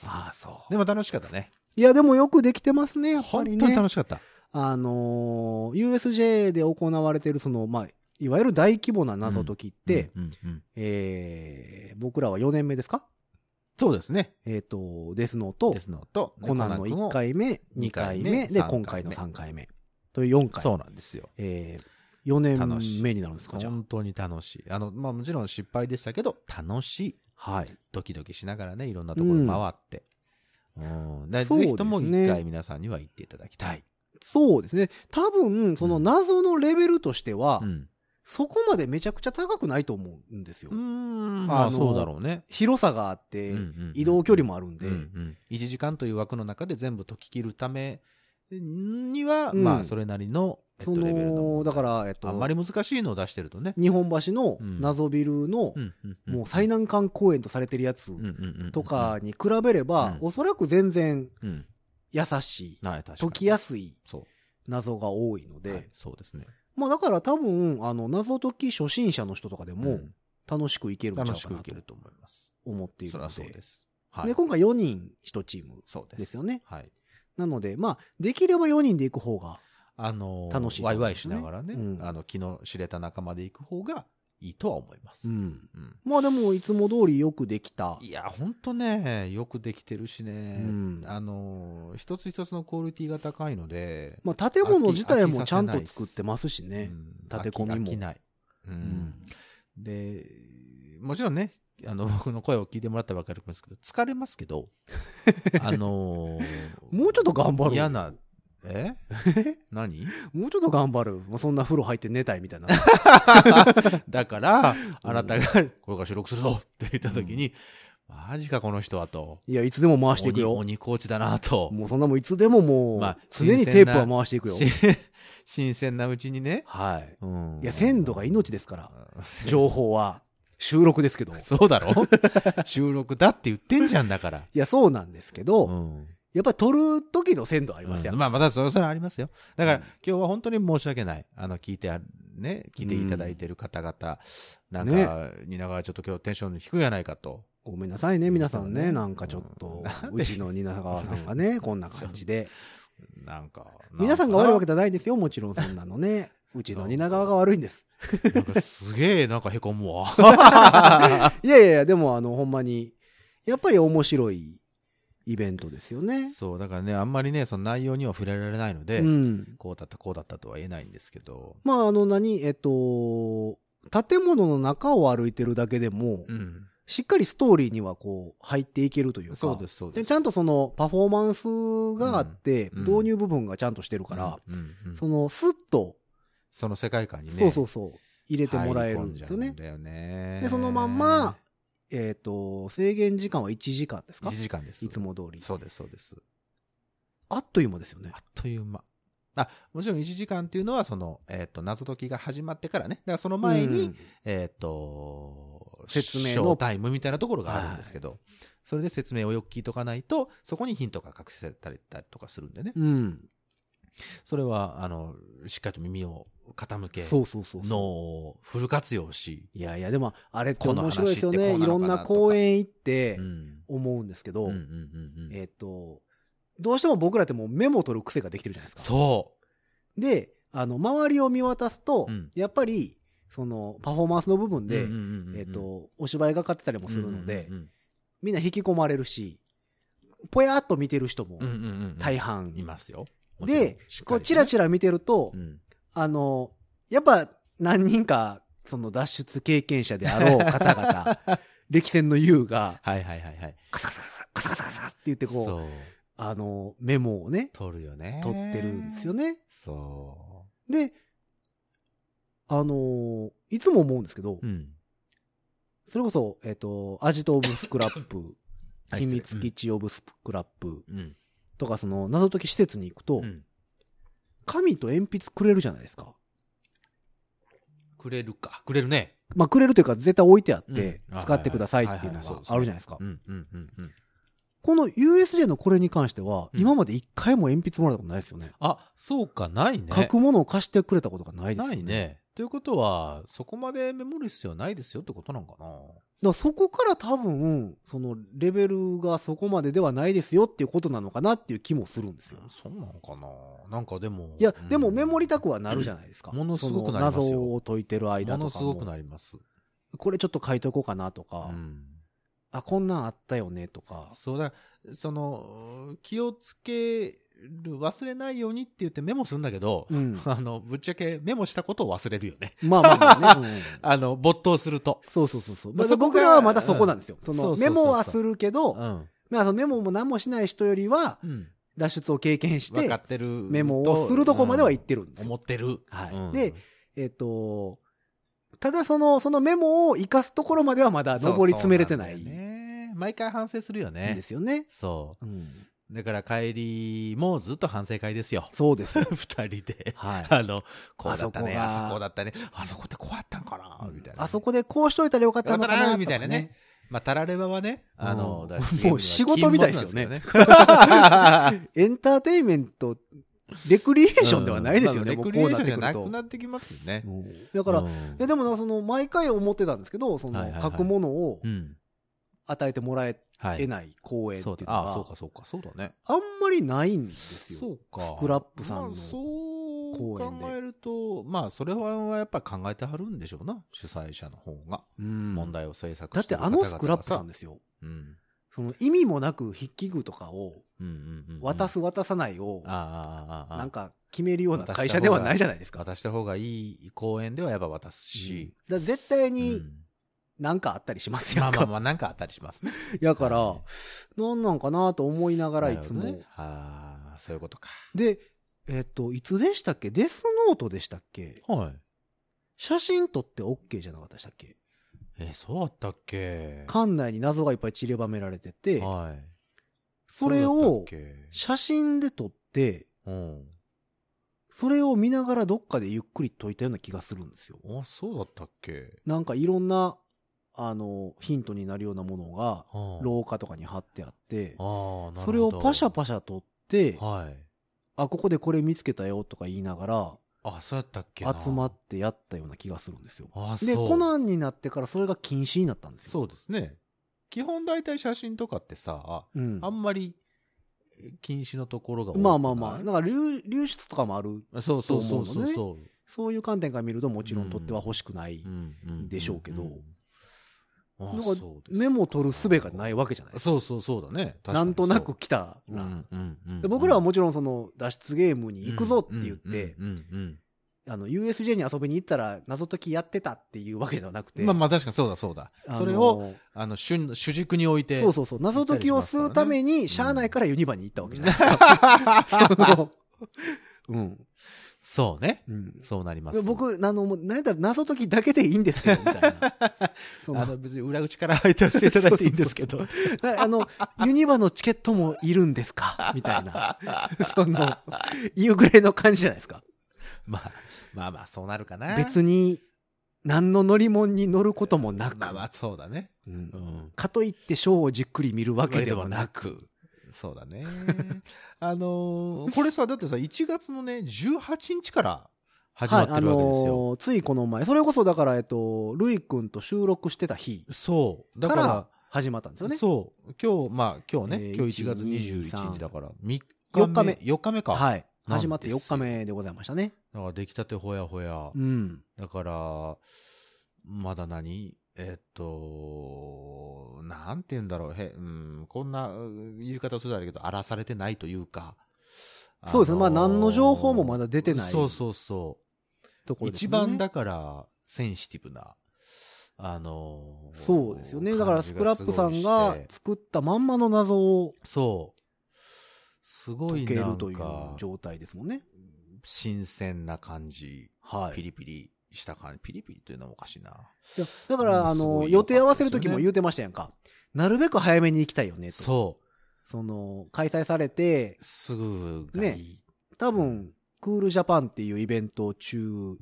Speaker 2: ああ、そう。
Speaker 3: でも楽しかったね。
Speaker 2: いや、でもよくできてますね、やっぱ
Speaker 3: 本
Speaker 2: り
Speaker 3: 当に
Speaker 2: ね。
Speaker 3: 楽しかった。
Speaker 2: あのー USJ で行われてる、その、まあ、いわゆる大規模な謎解きって、
Speaker 3: うん、うん、うん。
Speaker 2: えー、僕らは4年目ですか
Speaker 3: そうですね。
Speaker 2: えっ、と、デスノーと
Speaker 3: で、すのと、
Speaker 2: コナンの
Speaker 3: 君を
Speaker 2: 1回目、2
Speaker 3: 2
Speaker 2: 回
Speaker 3: 回目
Speaker 2: 目、で、
Speaker 3: 3回目
Speaker 2: 今回の3回目。という4回。
Speaker 3: そうなんですよ。
Speaker 2: えー、4
Speaker 3: 楽し
Speaker 2: 年
Speaker 3: い
Speaker 2: 目になるんですか、じゃあ
Speaker 3: 本当に楽しい。あの、まあもちろん失敗でしたけど、楽しい。
Speaker 2: はい。
Speaker 3: ドキドキしながらね、いろんなところ回って。うん。だか
Speaker 2: そう
Speaker 3: ら
Speaker 2: ですね
Speaker 3: ぜひとも一回皆さんには行っていただきたい。
Speaker 2: そうですね。多分、その
Speaker 3: うん
Speaker 2: 謎のレベルとしては、
Speaker 3: うん。
Speaker 2: そこまでめちゃくちゃ高くないと思うんですよ。
Speaker 3: うん。
Speaker 2: あ
Speaker 3: ま
Speaker 2: の
Speaker 3: あそうだろうね。
Speaker 2: 広さがあって、
Speaker 3: うんうん
Speaker 2: 移動距離もあるんで、
Speaker 3: うんうん。1時間という枠の中で全部解き切るためには、
Speaker 2: うん
Speaker 3: まあそれなりの、えっ
Speaker 2: そ
Speaker 3: と、
Speaker 2: の、
Speaker 3: レベルのもの。
Speaker 2: だから、えっと、
Speaker 3: あんまり難しいのを出してるとね。
Speaker 2: 日本橋の
Speaker 3: うん
Speaker 2: 謎ビルの、
Speaker 3: んんん
Speaker 2: もう最難関公園とされてるやつ
Speaker 3: うんうんうんうん
Speaker 2: とか、に比べれば、
Speaker 3: うん
Speaker 2: おそらく全然
Speaker 3: うん。
Speaker 2: 優しい、
Speaker 3: はい、確か
Speaker 2: 解
Speaker 3: に。
Speaker 2: きやすい
Speaker 3: そ
Speaker 2: 謎が多いの
Speaker 3: う。
Speaker 2: で、
Speaker 3: はい、そうですね。
Speaker 2: まあだから多分、あの、謎解き初心者の人とかでも
Speaker 3: ん
Speaker 2: 楽しくいけるんちゃうか
Speaker 3: 楽
Speaker 2: な
Speaker 3: しくいけ
Speaker 2: と
Speaker 3: ると思います。
Speaker 2: 思っている
Speaker 3: そ
Speaker 2: ので。
Speaker 3: りゃそうです。はい。
Speaker 2: で、今回4人1チーム。
Speaker 3: そうです。
Speaker 2: ですよね
Speaker 3: はい。
Speaker 2: なので、まあ、できれば4人で行く方が、
Speaker 3: あのー
Speaker 2: 楽しいと
Speaker 3: ワイ
Speaker 2: 思
Speaker 3: ワ
Speaker 2: い
Speaker 3: イ
Speaker 2: ます
Speaker 3: し
Speaker 2: ね
Speaker 3: ながらね、
Speaker 2: うん
Speaker 3: あの、気の知れた仲間で行く方がいいとは思います。
Speaker 2: うん。
Speaker 3: うん
Speaker 2: まあでも、いつも通りよくできた。
Speaker 3: いや、ほんとね、よくできてるし
Speaker 2: う
Speaker 3: ね、
Speaker 2: ん。
Speaker 3: あのー一つ一つのクオリティが高いので、
Speaker 2: まあ、建物自体
Speaker 3: 飽き
Speaker 2: も
Speaker 3: 飽き
Speaker 2: ちゃん
Speaker 3: させな
Speaker 2: と
Speaker 3: いっす
Speaker 2: 作ってますしね。
Speaker 3: うん
Speaker 2: 立て込みも
Speaker 3: 飽き飽きない。うん。で、もちろんね、あの、 僕の声を聞いてもらったばかりですけど、疲れますけ ど、あのー
Speaker 2: もうちょっと頑張ろうよ
Speaker 3: 嫌な、 え何
Speaker 2: もうちょっと頑張る。まあ、そんな風呂入って寝たいみたいな。
Speaker 3: だから、あな たが、これから収録するぞって言った時に、マジかこの人はと。
Speaker 2: いや、いつでも回していくよ。
Speaker 3: 鬼鬼コーチだなと。
Speaker 2: もうそんなもんいつでももう、
Speaker 3: まあ
Speaker 2: 常にテープは回していくよ。
Speaker 3: し新鮮なうちにね。
Speaker 2: はい。
Speaker 3: うん
Speaker 2: いや、鮮度が 命ですから。
Speaker 3: うん
Speaker 2: 情報は、収録ですけど。い
Speaker 3: そうだろ 収録だって言ってんじゃんだから。
Speaker 2: や、そうなんですけど、
Speaker 3: うん
Speaker 2: やっぱり撮る時の鮮度ありますよ。
Speaker 3: うんまあ、またそれそれありますよ。だから、
Speaker 2: うん
Speaker 3: 今日は本当に申し訳ない。あの、聞いてある、ね、聞いていただいてる方々、なんか、蜷川ちょっと今日テンション低いやないかと。
Speaker 2: ごめんなさいね、皆さんね。
Speaker 3: うん
Speaker 2: なんかちょっと、
Speaker 3: なん
Speaker 2: う
Speaker 3: で
Speaker 2: ちの蜷川さんが ね、こんな感じで。
Speaker 3: なんか、
Speaker 2: 皆さんが悪いわけじ
Speaker 3: だ。
Speaker 2: ゃないですよ、もちろんそんなの ね。うちの蜷川が悪いんです。
Speaker 3: なんかすげえ、なんか凹むわ。
Speaker 2: いやいやいや、でもあの、ほんまに、やっぱり面白いイベントですよ ね。
Speaker 3: そう、だからね、あんまりね、その内容には触れられないので、
Speaker 2: うん。
Speaker 3: こうだった、こうだったとは言えないんですけど、
Speaker 2: まあ、あの、何、えっと、建物の中を歩いてるだけでも、
Speaker 3: うん。
Speaker 2: しっかりストーリーにはこう、入っていけるというか。
Speaker 3: そうです、そうで。
Speaker 2: ですちゃんとその、パフォーマンスがあって、
Speaker 3: うん
Speaker 2: 導入部分がちゃんとしてるから、
Speaker 3: うん、うんうん
Speaker 2: その、スッと、
Speaker 3: その世界観にね、
Speaker 2: そうそうそう、入れてもらえるんですよね
Speaker 3: 入り込ん。じゃうんだよね。
Speaker 2: で、そのまんま、、えっ、と、制限時間は1時間ですか
Speaker 3: 1時間です。
Speaker 2: いつも通り。
Speaker 3: そうです、そうです。
Speaker 2: あっという間ですよね
Speaker 3: あ。っという間。あ、もちろん1時間っていうのは、その、えっ、と、謎解きが始まってからね。だからその前に、
Speaker 2: うん
Speaker 3: えっ、と、
Speaker 2: 説明の
Speaker 3: ショータイムみたいなところがあるんですけど、それで説明をよく聞いとかないと、そこにヒントが隠せたりとかするんでね。
Speaker 2: うん。
Speaker 3: それは、あの、しっかりと耳を傾け
Speaker 2: そうそうそうそう。
Speaker 3: のをフル活用し、
Speaker 2: いやいや、でも、あれって
Speaker 3: この
Speaker 2: 面白いですよ
Speaker 3: 話
Speaker 2: ね。
Speaker 3: っ
Speaker 2: い
Speaker 3: てこ
Speaker 2: ろ
Speaker 3: うなんのかな
Speaker 2: な
Speaker 3: とか
Speaker 2: 公演行って
Speaker 3: うん
Speaker 2: 思うんですけど、
Speaker 3: うんうんうんうん
Speaker 2: えっ、と、どうしても僕らってもうメモを取る癖ができてるじゃないですか。
Speaker 3: そ
Speaker 2: で、あの、周りを見渡すと、
Speaker 3: うん
Speaker 2: やっぱり、その、パフォーマンスの部分
Speaker 3: う。
Speaker 2: で、
Speaker 3: うんうんうんうん
Speaker 2: えっ、、と、お芝居がかってたりもするので、
Speaker 3: うん
Speaker 2: みんな引き込まれるし、ぽやっと見てる人も
Speaker 3: うんうんうんうんうん
Speaker 2: 大半
Speaker 3: いますよ。
Speaker 2: で
Speaker 3: もちろん
Speaker 2: こう、チラ
Speaker 3: し
Speaker 2: チラ見てると
Speaker 3: っかりと、ねうん
Speaker 2: あの、やっぱ何人か、その脱出経験者であろう方 々、歴戦の優が、
Speaker 3: はいはいはいはい。
Speaker 2: カサカサカサカサカサって言ってこう、
Speaker 3: そう。
Speaker 2: あの、メモをね、
Speaker 3: 取るよね。
Speaker 2: 取ってるんですよ
Speaker 3: ね。
Speaker 2: ね。
Speaker 3: そ
Speaker 2: で、あの、いつも思うんですけど
Speaker 3: う。、うん。
Speaker 2: それこそ、えっと、アジト・オブ・スクラッ プ、
Speaker 3: はい
Speaker 2: 秘密基地・オブ・スクラップ
Speaker 3: うん。
Speaker 2: とか、その、謎解き施設に行く
Speaker 3: う
Speaker 2: と、
Speaker 3: ん。
Speaker 2: 紙と鉛筆くれるじゃないですか。
Speaker 3: くれるか。くれるね。
Speaker 2: まあ、くれるというか、絶対置いてあっ
Speaker 3: うん
Speaker 2: て、
Speaker 3: あ
Speaker 2: 使ってくださいっていう
Speaker 3: はいは
Speaker 2: の
Speaker 3: いそう
Speaker 2: が
Speaker 3: ですね
Speaker 2: あるじゃないですか
Speaker 3: う。んうんうんうん。
Speaker 2: この USJ のこれに関しては、
Speaker 3: うん
Speaker 2: 今まで一回も鉛筆もらったことないですよね。
Speaker 3: あ、そうか、ないね。
Speaker 2: 書くものを貸してくれたことがないですよ
Speaker 3: な
Speaker 2: ね。
Speaker 3: いね。ということは、そこまでメモる必要ないですよってことなんかな。
Speaker 2: だからそこから多分、そのレベルがそこまでではないですよっていうことなのかなっていう気もするんですよ。
Speaker 3: そうなのかな。なんかでも。
Speaker 2: いや
Speaker 3: う、ん
Speaker 2: でもメモりたくはなるじゃないですか。
Speaker 3: うんものすごくなりますよ
Speaker 2: その謎を解いてる間とか
Speaker 3: も
Speaker 2: も。
Speaker 3: のすごくなります。
Speaker 2: これちょっと書いとこうかなと
Speaker 3: う
Speaker 2: か、
Speaker 3: ん。
Speaker 2: あ、こんなんあったよねとか。
Speaker 3: そうだ、その、気をつける、忘れないようにって言ってメモするんだけど、
Speaker 2: うん。
Speaker 3: あの、ぶっちゃけメモしたことを忘れるよね。
Speaker 2: まあまあまあね。うん
Speaker 3: あの、没頭すると。
Speaker 2: そうそうそうそう。
Speaker 3: まあ
Speaker 2: まあ、
Speaker 3: そこが
Speaker 2: 僕らはまだそこなんですよ。そ
Speaker 3: そ
Speaker 2: の
Speaker 3: うそうそう
Speaker 2: メ
Speaker 3: そう
Speaker 2: モはするけど、
Speaker 3: ん。
Speaker 2: まあそのメモも何もしない人よりは、
Speaker 3: うん。
Speaker 2: 脱出を経験し
Speaker 3: 分か
Speaker 2: て、
Speaker 3: ってる。
Speaker 2: メモをするとこまでは行ってるんですよ
Speaker 3: 思ってる。
Speaker 2: はい
Speaker 3: うん
Speaker 2: で、えっ、と、ただその、そのメモを活かすところまではまだ上り詰めれてない
Speaker 3: そうそうんなん
Speaker 2: で
Speaker 3: だよね。毎回反省するよね。
Speaker 2: すよね。
Speaker 3: そ
Speaker 2: うん。
Speaker 3: う。だから帰りもずっと反省会ですよ
Speaker 2: そうですよ。
Speaker 3: 二人で。
Speaker 2: はい。
Speaker 3: あの、こうだったね、
Speaker 2: あそこ
Speaker 3: あ
Speaker 2: が
Speaker 3: そこだったね、あそこってこうやったんかな、みたいな。
Speaker 2: あそこでこうしといたらよかったのか
Speaker 3: よかった
Speaker 2: な
Speaker 3: なみたいなね。まあ、タラレバはね、あの、
Speaker 2: うん
Speaker 3: だし
Speaker 2: もう仕事みたいですよね
Speaker 3: 禁
Speaker 2: と
Speaker 3: 物なんですけどね
Speaker 2: かねエンターテインメント、レクリエーションではないですよね、
Speaker 3: うん
Speaker 2: も
Speaker 3: レ
Speaker 2: う
Speaker 3: クリエ
Speaker 2: こう
Speaker 3: ー
Speaker 2: な
Speaker 3: シ
Speaker 2: っ
Speaker 3: ョン
Speaker 2: て
Speaker 3: じゃ
Speaker 2: く
Speaker 3: な
Speaker 2: る
Speaker 3: く
Speaker 2: と。
Speaker 3: なってきますよね
Speaker 2: う。んだから、い
Speaker 3: うん
Speaker 2: やでもな、その、毎回思ってたんですけど、そ
Speaker 3: はい
Speaker 2: の、
Speaker 3: はいはい
Speaker 2: 書くものを
Speaker 3: うん。
Speaker 2: 与えてもらえ
Speaker 3: はい。
Speaker 2: ない公演ってい
Speaker 3: そう
Speaker 2: う
Speaker 3: だ
Speaker 2: の。
Speaker 3: ああ、そう
Speaker 2: が、
Speaker 3: か、そうか、そうだね。
Speaker 2: あんまりないんですよ。
Speaker 3: そうか。
Speaker 2: スクラップさんの
Speaker 3: まあそう
Speaker 2: 公
Speaker 3: 考
Speaker 2: 演で
Speaker 3: えると、まあ、それはやっぱり考えてはるんでしょうな。主催者の方が。
Speaker 2: うん
Speaker 3: 問題を制作
Speaker 2: だっ
Speaker 3: し
Speaker 2: て
Speaker 3: てる方
Speaker 2: あ
Speaker 3: 々
Speaker 2: の
Speaker 3: がさ
Speaker 2: スクラップさんですよ。
Speaker 3: うん。
Speaker 2: その意味もなく筆記具とかを
Speaker 3: うんうんうんうん。
Speaker 2: 渡す渡さないを
Speaker 3: ああ。ああ、ああ、
Speaker 2: なんか決めるような会社ではないじゃないですか。
Speaker 3: 渡した方がいい公演ではやっぱ渡すし。
Speaker 2: だから絶対
Speaker 3: う
Speaker 2: に
Speaker 3: ん
Speaker 2: なんかあったりしますや
Speaker 3: まあ
Speaker 2: ん
Speaker 3: まあ
Speaker 2: か。
Speaker 3: まあ、なんかあったりしますね。
Speaker 2: やから
Speaker 3: は、
Speaker 2: なんなんかなと思いながらいつも。
Speaker 3: なるほどねああ、そういうことか。
Speaker 2: で、えっと、いつでしたっけデスノートでしたっけ
Speaker 3: はい。
Speaker 2: 写真撮って OK じゃなかったでしたっけ
Speaker 3: え、そうだったっけ
Speaker 2: 館内に謎がいっぱい散りばめられてて、
Speaker 3: はい。
Speaker 2: それを
Speaker 3: そうだったっけ
Speaker 2: 写真で撮って、
Speaker 3: うん。
Speaker 2: それを見ながらどっかでゆっくり解いたような気がするんですよ。
Speaker 3: あ、そうだったっけ
Speaker 2: なんかいろんな、あの、ヒントになるようなものが、
Speaker 3: はあ
Speaker 2: 廊下とかに貼ってあって、
Speaker 3: ああ、なるほど。
Speaker 2: それをパシャパシャ取って、
Speaker 3: はい。
Speaker 2: あ、ここでこれ見つけたよとか言いなが
Speaker 3: あ、そうやったっけな
Speaker 2: ら、集まってやったような気がするんですよ。
Speaker 3: あ、そう。
Speaker 2: で、コナンになってからそれが禁止になったんですよ。
Speaker 3: そうですね。基本大体写真とかってさ、
Speaker 2: う。ん
Speaker 3: あ。んまり禁止のところが多くない
Speaker 2: まあまあまあ、なんか流流出とかもある、
Speaker 3: そうそうそうそう
Speaker 2: と
Speaker 3: そ。
Speaker 2: そういう観点から見るともちろん取っては欲しくないう
Speaker 3: う。んん
Speaker 2: でしょうけど
Speaker 3: んあ
Speaker 2: なんか
Speaker 3: そうです
Speaker 2: メモを取る術がないわけじゃないですか。
Speaker 3: そうそうそうだね。確かに
Speaker 2: なんとなく来た
Speaker 3: そう。
Speaker 2: な。
Speaker 3: うんうんうん
Speaker 2: で僕らはもちろんその脱出ゲームに行くぞって言って、
Speaker 3: うんうんうん
Speaker 2: あの、USJ に遊びに行ったら謎解きやってたっていうわけではなく
Speaker 3: う
Speaker 2: て。
Speaker 3: んまあまあ確かにそうだそうだ。
Speaker 2: あの
Speaker 3: それを、あの、主主軸に置いて。
Speaker 2: そうそうそう、謎解きをするために、
Speaker 3: し
Speaker 2: し
Speaker 3: ますから
Speaker 2: ゃ
Speaker 3: ね
Speaker 2: あないからユニバに行ったわけじゃないですか。その うん。
Speaker 3: そうね。
Speaker 2: うん。
Speaker 3: そうなります。
Speaker 2: 僕、あの、もうなんやったら謎解きだけでいいんですけど、みたいな。 そ
Speaker 3: あ
Speaker 2: の
Speaker 3: の、別に裏口から入ってしていただいていいんですけど。
Speaker 2: なあの、ユニバのチケットもいるんですかみたい な。その、いうぐらいの感じじゃないですか。
Speaker 3: まあ、まあまあ、そうなるかな。
Speaker 2: 別に、何の乗り物に乗ることもなく、
Speaker 3: まあまあ、そうだね。
Speaker 2: う
Speaker 3: うんん。
Speaker 2: かといってショーをじっくり見るわけではなく。
Speaker 3: く。そうだね。あのーこれさ、だってさ、1月のね、18日から始まってるわけで
Speaker 2: はい
Speaker 3: すよ。
Speaker 2: あのーついこの前それこそだから、えっと、ルイ君と収録してた日
Speaker 3: そう。だ
Speaker 2: か
Speaker 3: から、
Speaker 2: ら始まったんですよね
Speaker 3: そう。今日、まあ今日ね、
Speaker 2: えー
Speaker 3: 今日1月
Speaker 2: 1
Speaker 3: 21日だから、3日目。
Speaker 2: 4日目
Speaker 3: 4日目か。
Speaker 2: はい
Speaker 3: なんです
Speaker 2: 始まって4日目でございましたね
Speaker 3: だから出来たてほやほや。
Speaker 2: うん
Speaker 3: だから、まだ何えっと、なんて言うんだろう。へ、うん、こんなうん言い方するとあれだけど、荒らされてないというか。
Speaker 2: そうですねまあ何の情報もま
Speaker 3: だ
Speaker 2: だ出てない
Speaker 3: そうそうそう。
Speaker 2: ところです
Speaker 3: 一
Speaker 2: よね
Speaker 3: 番だからセンシティブな、あのー
Speaker 2: そうですよねだからスクラップさん
Speaker 3: 感
Speaker 2: が
Speaker 3: じすごいして
Speaker 2: 作ったまんまの謎を
Speaker 3: そうすごい
Speaker 2: 解け
Speaker 3: な
Speaker 2: る
Speaker 3: ん
Speaker 2: という
Speaker 3: か
Speaker 2: 状態ですもんね
Speaker 3: 新鮮な感じ、
Speaker 2: はい
Speaker 3: ピリピリした感じピリピリというのもおかしいない
Speaker 2: やだか
Speaker 3: うん
Speaker 2: らあ
Speaker 3: すご
Speaker 2: の
Speaker 3: い
Speaker 2: 予
Speaker 3: 良かったですよ
Speaker 2: 定
Speaker 3: ね
Speaker 2: 合わせる時も言うてましたやんかなるべく早めに行きたいよねと
Speaker 3: そう
Speaker 2: その開催されて
Speaker 3: すぐがいい、
Speaker 2: 多分クールジャパンっていうイベント中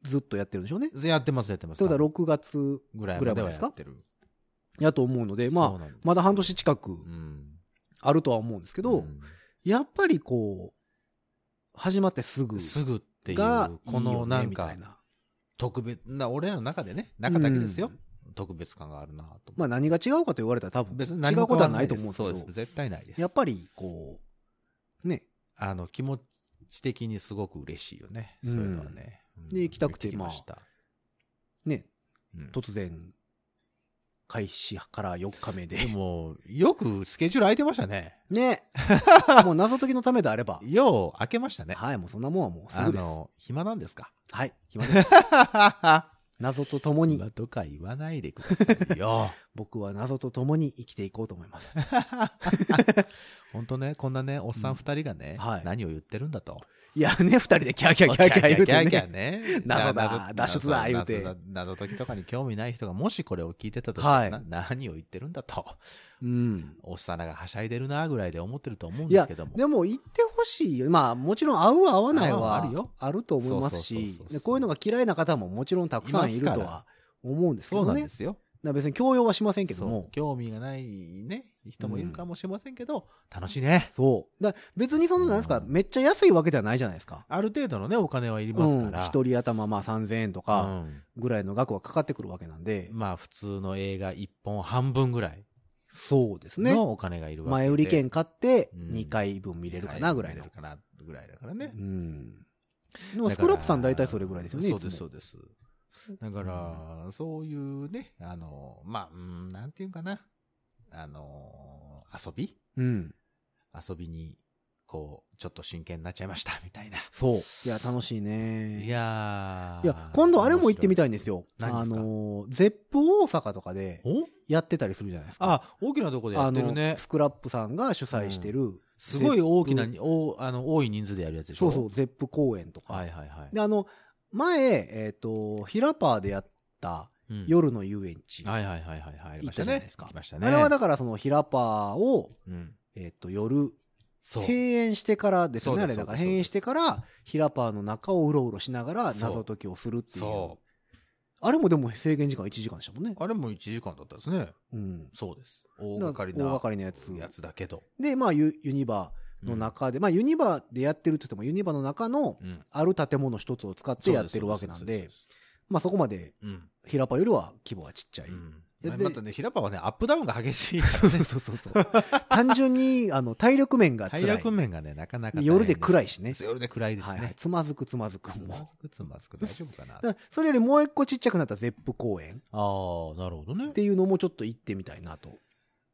Speaker 2: ずっとやってるんでしょうね
Speaker 3: やってますやってます
Speaker 2: そうだ6月
Speaker 3: ぐらい
Speaker 2: ぐらいまで
Speaker 3: までは
Speaker 2: です
Speaker 3: や
Speaker 2: か
Speaker 3: ってる
Speaker 2: やと思うので
Speaker 3: そ
Speaker 2: ま
Speaker 3: う
Speaker 2: あ
Speaker 3: なんです
Speaker 2: まだ半年近く
Speaker 3: うん
Speaker 2: あるとは思うんですけど、
Speaker 3: うん
Speaker 2: やっぱりこう始まってすぐ
Speaker 3: すぐっていう
Speaker 2: がいい
Speaker 3: この
Speaker 2: よ
Speaker 3: な
Speaker 2: ね
Speaker 3: ん
Speaker 2: み
Speaker 3: か
Speaker 2: たいな
Speaker 3: 特別な俺らの中でね中だけですよ、
Speaker 2: うん
Speaker 3: 特別感があるなと
Speaker 2: まあ何が違うかと言われたら多分
Speaker 3: 別に
Speaker 2: 違
Speaker 3: 何
Speaker 2: う
Speaker 3: も
Speaker 2: ことはないと
Speaker 3: 変
Speaker 2: 思うん
Speaker 3: わ
Speaker 2: で
Speaker 3: ら
Speaker 2: すけど
Speaker 3: そうです絶対ないです
Speaker 2: やっぱりこうね
Speaker 3: あの気持ち的にすごく嬉しいよね、
Speaker 2: うん
Speaker 3: そういうのはね、うん
Speaker 2: で行きたくて
Speaker 3: 行ってきました、
Speaker 2: ね
Speaker 3: うん
Speaker 2: 突然開始から4日目で
Speaker 3: でもよくスケジュール空いてましたね
Speaker 2: ねもう謎解きのためであれば
Speaker 3: よう開けましたね
Speaker 2: はいもうそんなもんはもうす
Speaker 3: あ
Speaker 2: ぐです
Speaker 3: の暇なんですか
Speaker 2: はい暇です 謎とともに
Speaker 3: 暇とか言わないでくださ いよ
Speaker 2: 僕は謎とともに生きていこうと思います
Speaker 3: 本当ねこんなねおっさん二人がね、
Speaker 2: うんはい
Speaker 3: 何を言ってるんだ と
Speaker 2: いやね二人でキャーキャーキャーキャー言うて
Speaker 3: キャー
Speaker 2: ね
Speaker 3: キャーね
Speaker 2: 謎だ
Speaker 3: 謎
Speaker 2: 脱出だ言うて
Speaker 3: 謎だ謎解きとかに興味ない人がもしこれを聞いてたとした
Speaker 2: は
Speaker 3: ら
Speaker 2: い
Speaker 3: な何を言ってるんだと
Speaker 2: うん
Speaker 3: おっさんらがはしゃいでるなぐらいで思ってると思うん
Speaker 2: い
Speaker 3: です
Speaker 2: や
Speaker 3: けども
Speaker 2: でも言ってほしいよまあもちろん合うは合わない
Speaker 3: 合うは
Speaker 2: は
Speaker 3: あるよ
Speaker 2: あると思います
Speaker 3: そうそうそう
Speaker 2: し
Speaker 3: そうそう
Speaker 2: でこういうのが嫌いな方ももちろんたくさんいると
Speaker 3: いますから
Speaker 2: は思うんですけ
Speaker 3: そう
Speaker 2: ど
Speaker 3: な
Speaker 2: ね
Speaker 3: ん
Speaker 2: だ
Speaker 3: で
Speaker 2: か
Speaker 3: すよ。
Speaker 2: ら別に強要はしませんけど
Speaker 3: そう
Speaker 2: も
Speaker 3: 興味がないね人もいるかもしれませんけど、楽しいね。
Speaker 2: そうだから別にそのなんですか
Speaker 3: うん
Speaker 2: めっちゃ安いわけではないじゃないですか
Speaker 3: ある程度のねお金はいり
Speaker 2: う
Speaker 3: ます
Speaker 2: ん
Speaker 3: から。
Speaker 2: 一人頭まあ3000円とか
Speaker 3: うん
Speaker 2: ぐらいの額はかかってくるわけなんで
Speaker 3: まあ普通の映画1本半分ぐらい
Speaker 2: そうですね
Speaker 3: のお金がいるわけで。
Speaker 2: 前売り券買って
Speaker 3: うん
Speaker 2: 2回分見れるかなぐらい
Speaker 3: 見
Speaker 2: の
Speaker 3: れるかなぐらいだからね。
Speaker 2: うんでもスクラップさん大体それぐらいですよね
Speaker 3: そうです、そううです。だから、そういうね、あの、まあ、うん、なんていうかな。あの、遊び
Speaker 2: うん
Speaker 3: 遊びに、こう、ちょっと真剣になっちゃいました、みたいな。
Speaker 2: そういや楽しいね
Speaker 3: いや
Speaker 2: い
Speaker 3: ー
Speaker 2: や今度あれも行ってみたいんですよ。
Speaker 3: 何で
Speaker 2: あ
Speaker 3: すか
Speaker 2: のー、ゼップ大阪とかで
Speaker 3: お
Speaker 2: やってたりするじゃないですか。
Speaker 3: あ、大きなとこでやってる
Speaker 2: あ
Speaker 3: ね
Speaker 2: の。スクラップさんが主催してる、
Speaker 3: すごい大きな
Speaker 2: ゼップ、
Speaker 3: おあの、多い人数でやるやつでし
Speaker 2: そ
Speaker 3: ょ
Speaker 2: うそう、。ゼップ公演とか。
Speaker 3: はいはいはい。
Speaker 2: で、あの、前、えっ、と、ヒラパーでやった
Speaker 3: うん
Speaker 2: 夜の遊園地。
Speaker 3: はいはいはいはいはい。あり
Speaker 2: 行
Speaker 3: ま
Speaker 2: っ
Speaker 3: した
Speaker 2: たじゃない
Speaker 3: ね
Speaker 2: で。すか
Speaker 3: 行きましたね。
Speaker 2: あれはだからそのヒラパーを、
Speaker 3: うん。
Speaker 2: えっ、と、夜、
Speaker 3: そう。
Speaker 2: 閉園してからですよね、
Speaker 3: そ
Speaker 2: あ
Speaker 3: うです
Speaker 2: れだから。
Speaker 3: そうです
Speaker 2: 閉園してから、ヒラパーの中をうろうろしながら
Speaker 3: そう
Speaker 2: 謎解きをするっていう。
Speaker 3: そ
Speaker 2: あれもでも制限時間1時間でしたもんね。
Speaker 3: あれも1時間だったですね。
Speaker 2: うん。
Speaker 3: そうです。大掛かりな。
Speaker 2: 大掛かりなやつ
Speaker 3: やつだけど。
Speaker 2: で、まあ、ユユニバの中で、まあ、ユニバでやってるって言っても、ユニバの中の
Speaker 3: うん。うん。
Speaker 2: ある建物一つを使ってやってるわけなんで、まあ、そこまで、
Speaker 3: そうです。そうですうん。
Speaker 2: 平パよりは規模はちっちゃい。
Speaker 3: うん
Speaker 2: で
Speaker 3: またね、平場はね、アップダウンが激しいか
Speaker 2: そうそうそう そう。単純に、あの、体力面が
Speaker 3: ら。
Speaker 2: 辛い。
Speaker 3: 体力面がね、なかなか。
Speaker 2: 夜で
Speaker 3: い
Speaker 2: 暗いしね。
Speaker 3: です。夜で暗いです
Speaker 2: はいはい、
Speaker 3: ね。
Speaker 2: つまずくつまずく
Speaker 3: つま
Speaker 2: も
Speaker 3: ずくつまずく大丈夫かな
Speaker 2: う。だからそれよりもう一個ちっちゃくなったゼップ公園
Speaker 3: ああ、なるほどね
Speaker 2: っ。ていうのもちょっと行ってみたいなと。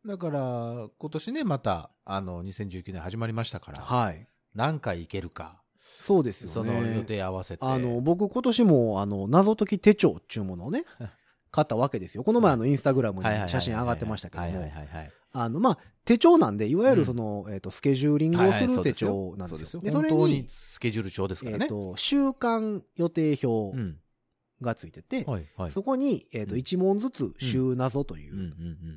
Speaker 3: だから、今年ね、また、あの、2019年始まりましたから、
Speaker 2: はい。
Speaker 3: 何回行けるか、
Speaker 2: そうですよね。
Speaker 3: その予定合わせて。
Speaker 2: あの、僕今年も、あの、謎解き手帳っていうものをね、買ったわけですよ。この前、あの、インスタグラム
Speaker 3: はいはいはいはい、
Speaker 2: に写真上がってましたけど
Speaker 3: はいは
Speaker 2: も
Speaker 3: い、はいはい。
Speaker 2: あの、まあ、手帳なんで、いわゆるその、えっと、スケジューリングをする手帳なん
Speaker 3: そう
Speaker 2: で
Speaker 3: です
Speaker 2: す
Speaker 3: よ
Speaker 2: よ。で、そ
Speaker 3: 本
Speaker 2: れ
Speaker 3: 当に
Speaker 2: に、
Speaker 3: スケジュール帳ですから
Speaker 2: えっ
Speaker 3: ね。
Speaker 2: と、週間予定
Speaker 3: う
Speaker 2: 表
Speaker 3: ん。
Speaker 2: がついてて、
Speaker 3: はいはい。
Speaker 2: そこに、えっと、
Speaker 3: うん
Speaker 2: 1問ずつ週謎とい
Speaker 3: うんうん
Speaker 2: う、
Speaker 3: うん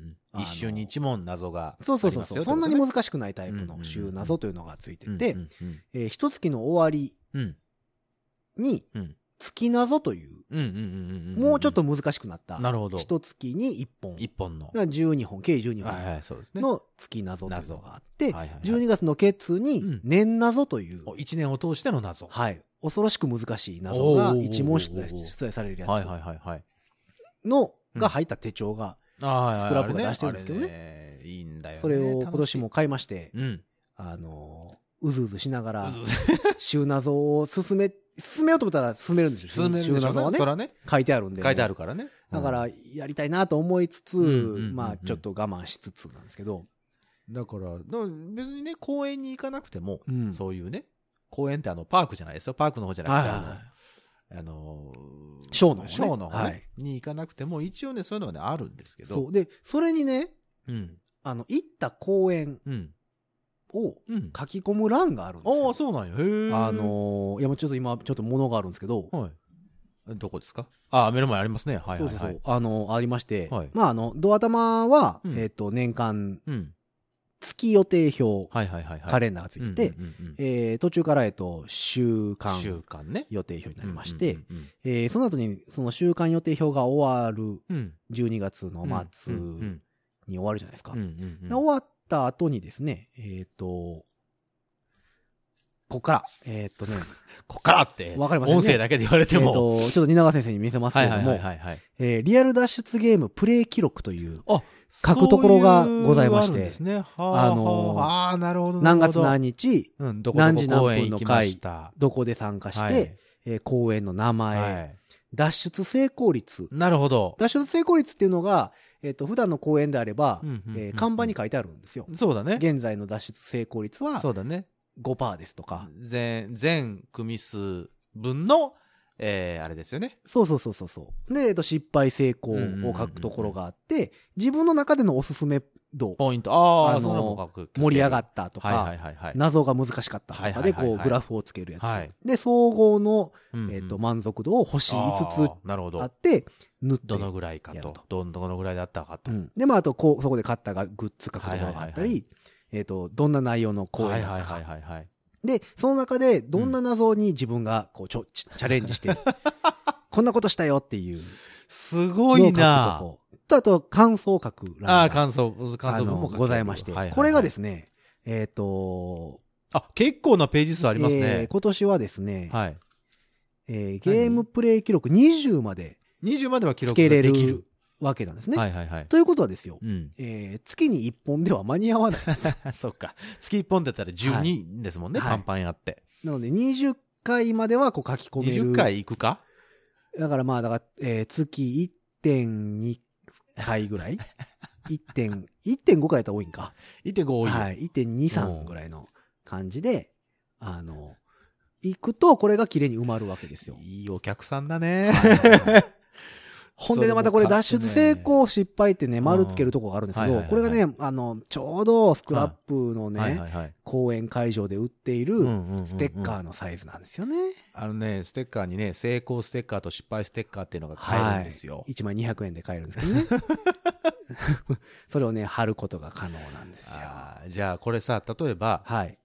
Speaker 3: う
Speaker 2: あ
Speaker 3: ん。
Speaker 2: の
Speaker 3: 一瞬に一問謎があります
Speaker 2: そ
Speaker 3: よ。
Speaker 2: うそうそうそう、そんなに難しくないタイプ
Speaker 3: うんうんう
Speaker 2: の
Speaker 3: ん
Speaker 2: 週謎というのがついて、
Speaker 3: ってうんうん
Speaker 2: えー一月の終わり
Speaker 3: うん。
Speaker 2: に
Speaker 3: うん、
Speaker 2: 月謎という、
Speaker 3: うんうんうんうんうんうん。
Speaker 2: もうちょっと難しくなった、
Speaker 3: なるほど。
Speaker 2: 一月に1本。
Speaker 3: 一本の。
Speaker 2: が12本、計12
Speaker 3: はいは
Speaker 2: 本
Speaker 3: い、そうですね。
Speaker 2: の月謎というのがあって
Speaker 3: はいはいはい、
Speaker 2: 12月のケツに
Speaker 3: うん
Speaker 2: 年謎という、
Speaker 3: お一年を通しての謎。
Speaker 2: はい、恐ろしく難しい謎が
Speaker 3: おー
Speaker 2: 一問出題出題されるや
Speaker 3: はいはいはいはい。
Speaker 2: つの、
Speaker 3: うん
Speaker 2: が入った手帳が、
Speaker 3: あ
Speaker 2: スクラップが出してるんですけどね
Speaker 3: ね。いいんだよね。
Speaker 2: それを今年も買いまして、
Speaker 3: 楽しい。うん。
Speaker 2: あのー、うずうずしながら
Speaker 3: う、ずう
Speaker 2: 週謎を進め、進めようと思ったら進めるんですよ。
Speaker 3: ず進める
Speaker 2: 週
Speaker 3: でしょ
Speaker 2: 謎は
Speaker 3: う
Speaker 2: ね
Speaker 3: ね。そ、らね。
Speaker 2: 書いてあるんで。
Speaker 3: 書いてあるからね。
Speaker 2: だか
Speaker 3: う
Speaker 2: ら
Speaker 3: ん、、
Speaker 2: やりたいなと思いつつ、
Speaker 3: うんうんうんうん
Speaker 2: まあ、ちょっと我慢しつつなんですけど、
Speaker 3: だから、だから別にね、公園に行かなくても、
Speaker 2: うん
Speaker 3: そういうね、公園ってあの、パークじゃないですよ。パークの方じゃな
Speaker 2: は
Speaker 3: く
Speaker 2: い
Speaker 3: て、
Speaker 2: はい
Speaker 3: あ
Speaker 2: は
Speaker 3: の
Speaker 2: い。
Speaker 3: あのー、
Speaker 2: ショーの方ね
Speaker 3: ショーの方ね
Speaker 2: はい
Speaker 3: に行かなくても、一応ね、そういうのはね、あるんですけど。
Speaker 2: そう。で、それにね、
Speaker 3: うん。
Speaker 2: あの、行った公園
Speaker 3: うん。
Speaker 2: を
Speaker 3: うん。
Speaker 2: 書き込む欄があるんですよ。
Speaker 3: ああ、そうなんや。へえ。
Speaker 2: あ、のーいや、もうちょっと今、ちょっと物があるんですけど、
Speaker 3: はい。えどこですかああ、目の前ありますね。はいは
Speaker 2: そ
Speaker 3: いは
Speaker 2: う
Speaker 3: い。
Speaker 2: そうそう、あのーありまして、
Speaker 3: はい
Speaker 2: まあ、あの、ドア玉は、
Speaker 3: うん
Speaker 2: えっ、と、年間、
Speaker 3: うん。
Speaker 2: 月予定表、
Speaker 3: はいはいはいはい。
Speaker 2: カレンダーがついてて、
Speaker 3: うんうんうん
Speaker 2: えー途中から、えっ、と、週間
Speaker 3: 習慣ね。
Speaker 2: 予定表になりまして、
Speaker 3: うんうん
Speaker 2: えーその後に、その週間予定表が終わる、
Speaker 3: うんうん、
Speaker 2: 12月の末
Speaker 3: うんうん
Speaker 2: に終わるじゃないですか。
Speaker 3: うんうんうん
Speaker 2: で終わった後にですね、えっ、と、こっから、えっ、とね、
Speaker 3: こっからって、
Speaker 2: わかりませんね
Speaker 3: 音声だけで言われ
Speaker 2: え
Speaker 3: て
Speaker 2: っ、
Speaker 3: も。
Speaker 2: と、ちょっと蜷川先生に見せますけ
Speaker 3: は
Speaker 2: れ
Speaker 3: い
Speaker 2: ど
Speaker 3: はい
Speaker 2: も、
Speaker 3: はいはいはい。
Speaker 2: えーリアル脱出ゲームプレイ記録という、書
Speaker 3: 書
Speaker 2: くところがございまして
Speaker 3: ですね。はあ、
Speaker 2: あのー
Speaker 3: はああー、なるほど。
Speaker 2: 何月何
Speaker 3: 日、
Speaker 2: 日、
Speaker 3: うん、どこど
Speaker 2: 何時
Speaker 3: こ
Speaker 2: 何
Speaker 3: 公園
Speaker 2: 分
Speaker 3: 行
Speaker 2: の
Speaker 3: きま
Speaker 2: 回
Speaker 3: した。
Speaker 2: どこで参加して、
Speaker 3: はい
Speaker 2: えー公演の名前、
Speaker 3: はい。
Speaker 2: 脱出成功率。
Speaker 3: なるほど。
Speaker 2: 脱出成功率っていうのが、えっ、と、普段の公演であれば、
Speaker 3: うんうんうんうん
Speaker 2: えー看板に書いてあるんですよ。
Speaker 3: そうだね。
Speaker 2: 現在の脱出成功率は
Speaker 3: そうだね。
Speaker 2: 5%ですとか。
Speaker 3: 全、全組数分の、えー、あれですよね。
Speaker 2: そうそうそうそうそう。で、えっと、失敗成功を書くところがあって、自分の中でのおすすめ度、
Speaker 3: ポイント。あ
Speaker 2: あのー
Speaker 3: あ、そんなもん書く
Speaker 2: 盛り上が
Speaker 3: て
Speaker 2: ったと
Speaker 3: はいは
Speaker 2: か
Speaker 3: い、はいはい。
Speaker 2: 謎が難しかったとかで、
Speaker 3: はいはいはい
Speaker 2: こ、
Speaker 3: はいう
Speaker 2: グラフをつけるや
Speaker 3: はい
Speaker 2: つ。で、総合の、
Speaker 3: うんうん
Speaker 2: えっと、満足度を星
Speaker 3: あ
Speaker 2: 5
Speaker 3: ーなるほ
Speaker 2: つあ
Speaker 3: ど
Speaker 2: っ。て、塗って
Speaker 3: ど。のぐらいか
Speaker 2: やる
Speaker 3: と
Speaker 2: と。
Speaker 3: どん、どのぐらいだったかと。
Speaker 2: うんで、まあ、あと、こう、そこで買ったがグッズ書くところがあ
Speaker 3: はい
Speaker 2: っ
Speaker 3: はい
Speaker 2: た
Speaker 3: はいは
Speaker 2: り、えっと、どんな内容の講
Speaker 3: は
Speaker 2: 演
Speaker 3: い
Speaker 2: だ
Speaker 3: はい
Speaker 2: った
Speaker 3: はい
Speaker 2: か。
Speaker 3: はいはい。
Speaker 2: で、その中で、どんな謎に自分が、こう、ちょ、チャレンジ して、こんなことしたよっていう。
Speaker 3: すごいな
Speaker 2: のを書くとこと。あと、感想を書く欄が
Speaker 3: ああ、感想、感想文も
Speaker 2: あ
Speaker 3: 書
Speaker 2: の
Speaker 3: ける
Speaker 2: ございまして、
Speaker 3: はいはいはい
Speaker 2: これがですね、えっ、と、
Speaker 3: あ、結構なページ数あります
Speaker 2: えー
Speaker 3: ね。
Speaker 2: 今年はですね、
Speaker 3: はい。
Speaker 2: えーゲームプレイ記録20まで
Speaker 3: 20までは記
Speaker 2: つ
Speaker 3: 録
Speaker 2: け
Speaker 3: が
Speaker 2: れ
Speaker 3: できる
Speaker 2: る。わけなんですね。
Speaker 3: はいはいはい。
Speaker 2: ということはですよ、
Speaker 3: うん。
Speaker 2: えー月に1本では間に合わない です。
Speaker 3: そっか。月1本だったら12ですもんね、
Speaker 2: はい
Speaker 3: パンパンやって。
Speaker 2: なので、20回まではこう書き込める。
Speaker 3: 20回行くか
Speaker 2: だからまあ、だから、えー月1.2回ぐらい1.1.5回やったら多いんか。
Speaker 3: ?1.5 多いよ。
Speaker 2: はい、1.23ぐらいの感じで、あの、行くと、これが綺麗に埋まるわけ ですよ。
Speaker 3: いいお客さんだね。
Speaker 2: ほんでね、
Speaker 3: それも
Speaker 2: またこれ
Speaker 3: 買
Speaker 2: 脱
Speaker 3: ってね
Speaker 2: 出成功失敗ってね、丸つけるとこがあるんですけ
Speaker 3: うん
Speaker 2: ど、
Speaker 3: はい
Speaker 2: こ
Speaker 3: はい
Speaker 2: れ
Speaker 3: は
Speaker 2: が
Speaker 3: い
Speaker 2: ね、あの、ちょうどスクラップの
Speaker 3: はい
Speaker 2: ね、
Speaker 3: はいはい。
Speaker 2: 公演会場で売っているス
Speaker 3: ス
Speaker 2: テッカーのサイズなんですよね。
Speaker 3: あのね、ステッカーにね、成功ステッカーと失敗ステッカーっていうのが買えるんですよ。
Speaker 2: 1枚200円で買えるんですけ どね。それをね、貼ることが可能なんですよ。
Speaker 3: あーじゃあ、これさ、例えば、
Speaker 2: はい。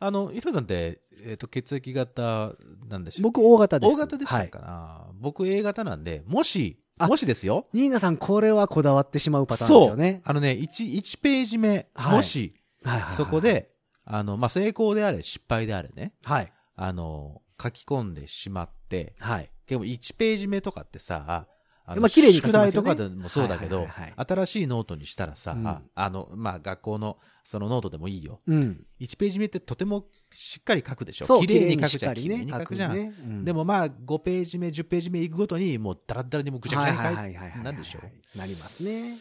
Speaker 3: あの、伊藤さんって、えっ、と、血液型なんでしょ
Speaker 2: 僕、大型です。
Speaker 3: 大型でした
Speaker 2: はい
Speaker 3: かな、僕 A 型なんで、もし、
Speaker 2: あ
Speaker 3: もしですよ。
Speaker 2: ニーナさん、これはこだわってしまうパターンですよね。
Speaker 3: あのね、1、1ページ目、
Speaker 2: はい
Speaker 3: もし、
Speaker 2: はいはいはい
Speaker 3: そこ、で、あの、まあ、成功であれ、失敗であれね、
Speaker 2: はい。
Speaker 3: あの、書き込んでしまって、
Speaker 2: はい。
Speaker 3: でも1ページ目とかってさ、あ
Speaker 2: まあ綺麗に書き
Speaker 3: 宿
Speaker 2: ますよね
Speaker 3: 題とかでもそうだけど、
Speaker 2: はいはいはいは
Speaker 3: 新しいノートにしたらさ、
Speaker 2: うん
Speaker 3: あの、まあ、学校の、そのノートでもいいよ。
Speaker 2: うん。
Speaker 3: 1ページ目ってとてもしっかり書くでしょ。
Speaker 2: そう、
Speaker 3: 綺
Speaker 2: 綺
Speaker 3: 麗
Speaker 2: 麗
Speaker 3: に
Speaker 2: に
Speaker 3: 書
Speaker 2: し
Speaker 3: く
Speaker 2: っ
Speaker 3: じゃ
Speaker 2: か
Speaker 3: ん。
Speaker 2: り
Speaker 3: 綺麗
Speaker 2: ね
Speaker 3: に。書
Speaker 2: 書
Speaker 3: く
Speaker 2: く
Speaker 3: じゃん。
Speaker 2: ね。うん
Speaker 3: でもまあ、5ページ目、10ページ目行くごとに、もうダラッダラにもうぐちゃぐちゃに書いて、
Speaker 2: はいはいはいはい
Speaker 3: なんでしょ
Speaker 2: なりますね。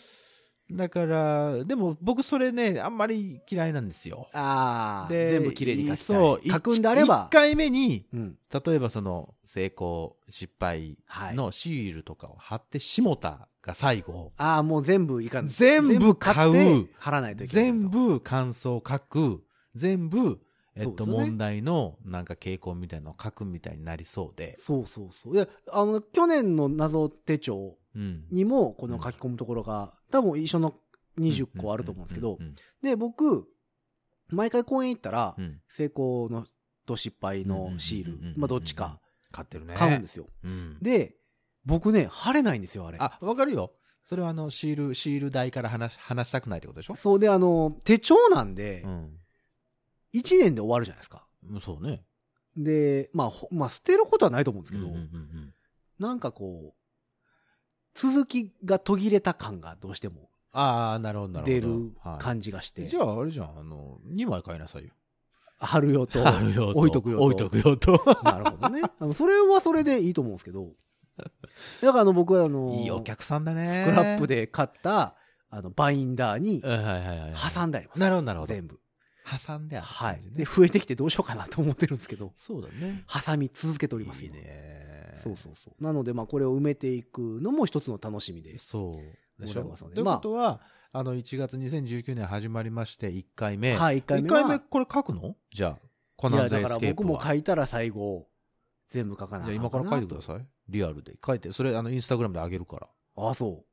Speaker 3: だから、でも僕それね、あんまり嫌いなんですよ。
Speaker 2: ああ、
Speaker 3: で
Speaker 2: 全部綺麗に書きたい。
Speaker 3: そう、
Speaker 2: 書くんであれば
Speaker 3: 1。回目に、
Speaker 2: うん。
Speaker 3: 例えばその、成功、失敗
Speaker 2: はい。
Speaker 3: のシールとかを貼って、下田が最後、
Speaker 2: ああ、もう全部いかん。
Speaker 3: 全部買う
Speaker 2: 全部買って貼らないといけない。
Speaker 3: 全。部感想を書く、全部、えっ
Speaker 2: そうで
Speaker 3: と、
Speaker 2: すね
Speaker 3: 問題のなんか傾向みたいなのを書くみたいになりそうで、
Speaker 2: そうそうそう。いや、あの、去年の謎手帳
Speaker 3: うん。
Speaker 2: にも、この書き込むところが、多分一緒の20個あると思うんですけど
Speaker 3: う、ん
Speaker 2: で、僕、毎回公演行ったら
Speaker 3: う、んうん
Speaker 2: 成功のと失敗のシー
Speaker 3: うんうんうんうん
Speaker 2: ル
Speaker 3: う、ん
Speaker 2: まあどっちか
Speaker 3: 買ってるね。
Speaker 2: 買うんですよ。
Speaker 3: うん
Speaker 2: で、僕ね、貼れないんですよ、あれ。
Speaker 3: あ、わかるよ。それはあの、シール、シール代から話し、話したくないってことでしょ
Speaker 2: そうで、あの、手帳なんで
Speaker 3: う、ん。
Speaker 2: 1年で終わるじゃないですか。
Speaker 3: そうね。
Speaker 2: で、まあ、ほまあ、捨てることはないと思うんですけど、
Speaker 3: うんうんうん
Speaker 2: なんかこう、続きが途切れた感がどうしても
Speaker 3: ああ、なるほど、なる
Speaker 2: 出
Speaker 3: ほど。
Speaker 2: る
Speaker 3: は
Speaker 2: 感じがして、
Speaker 3: い、じゃあ、あれじゃん、あの、2枚買いなさいよ。
Speaker 2: 春よ と、
Speaker 3: あるよと
Speaker 2: 置いとくよと
Speaker 3: 置いとくよと。
Speaker 2: なるほどね。あのそれはそれでいいと思うんですけど。だからあの僕はあの、
Speaker 3: いいお客さんだね。
Speaker 2: スクラップ。で買ったあのバインダーに
Speaker 3: はいはいはいはい。
Speaker 2: 挟んであります。
Speaker 3: なるほど、なるほど。
Speaker 2: 全部。
Speaker 3: 挟んである
Speaker 2: は
Speaker 3: 感
Speaker 2: い
Speaker 3: じ。ね。
Speaker 2: で、増えてきてどうしようかなと思ってるんですけ ど、
Speaker 3: そうだね。
Speaker 2: 挟み続けております
Speaker 3: いい
Speaker 2: 今
Speaker 3: ね。
Speaker 2: そうそうそう。なのでまあこれを埋めていくのも一つの楽しみです。
Speaker 3: そう。で
Speaker 2: ご
Speaker 3: し
Speaker 2: ざい
Speaker 3: ょ
Speaker 2: ますので
Speaker 3: ということは、あの、1月2019年始まりまして、1回目。
Speaker 2: はい、一回
Speaker 3: 1
Speaker 2: 目
Speaker 3: 回
Speaker 2: は。
Speaker 3: 目、これ書くのじゃあ、コ
Speaker 2: い
Speaker 3: ナン
Speaker 2: や、
Speaker 3: ザ
Speaker 2: だ
Speaker 3: エ
Speaker 2: から
Speaker 3: スケープ
Speaker 2: 僕
Speaker 3: は。
Speaker 2: も書いたら最後、全部書かない。
Speaker 3: じゃあ今から書いてください。リアルで。書いて。それ、あの、インスタグラムで上げるから。
Speaker 2: い。あ、そ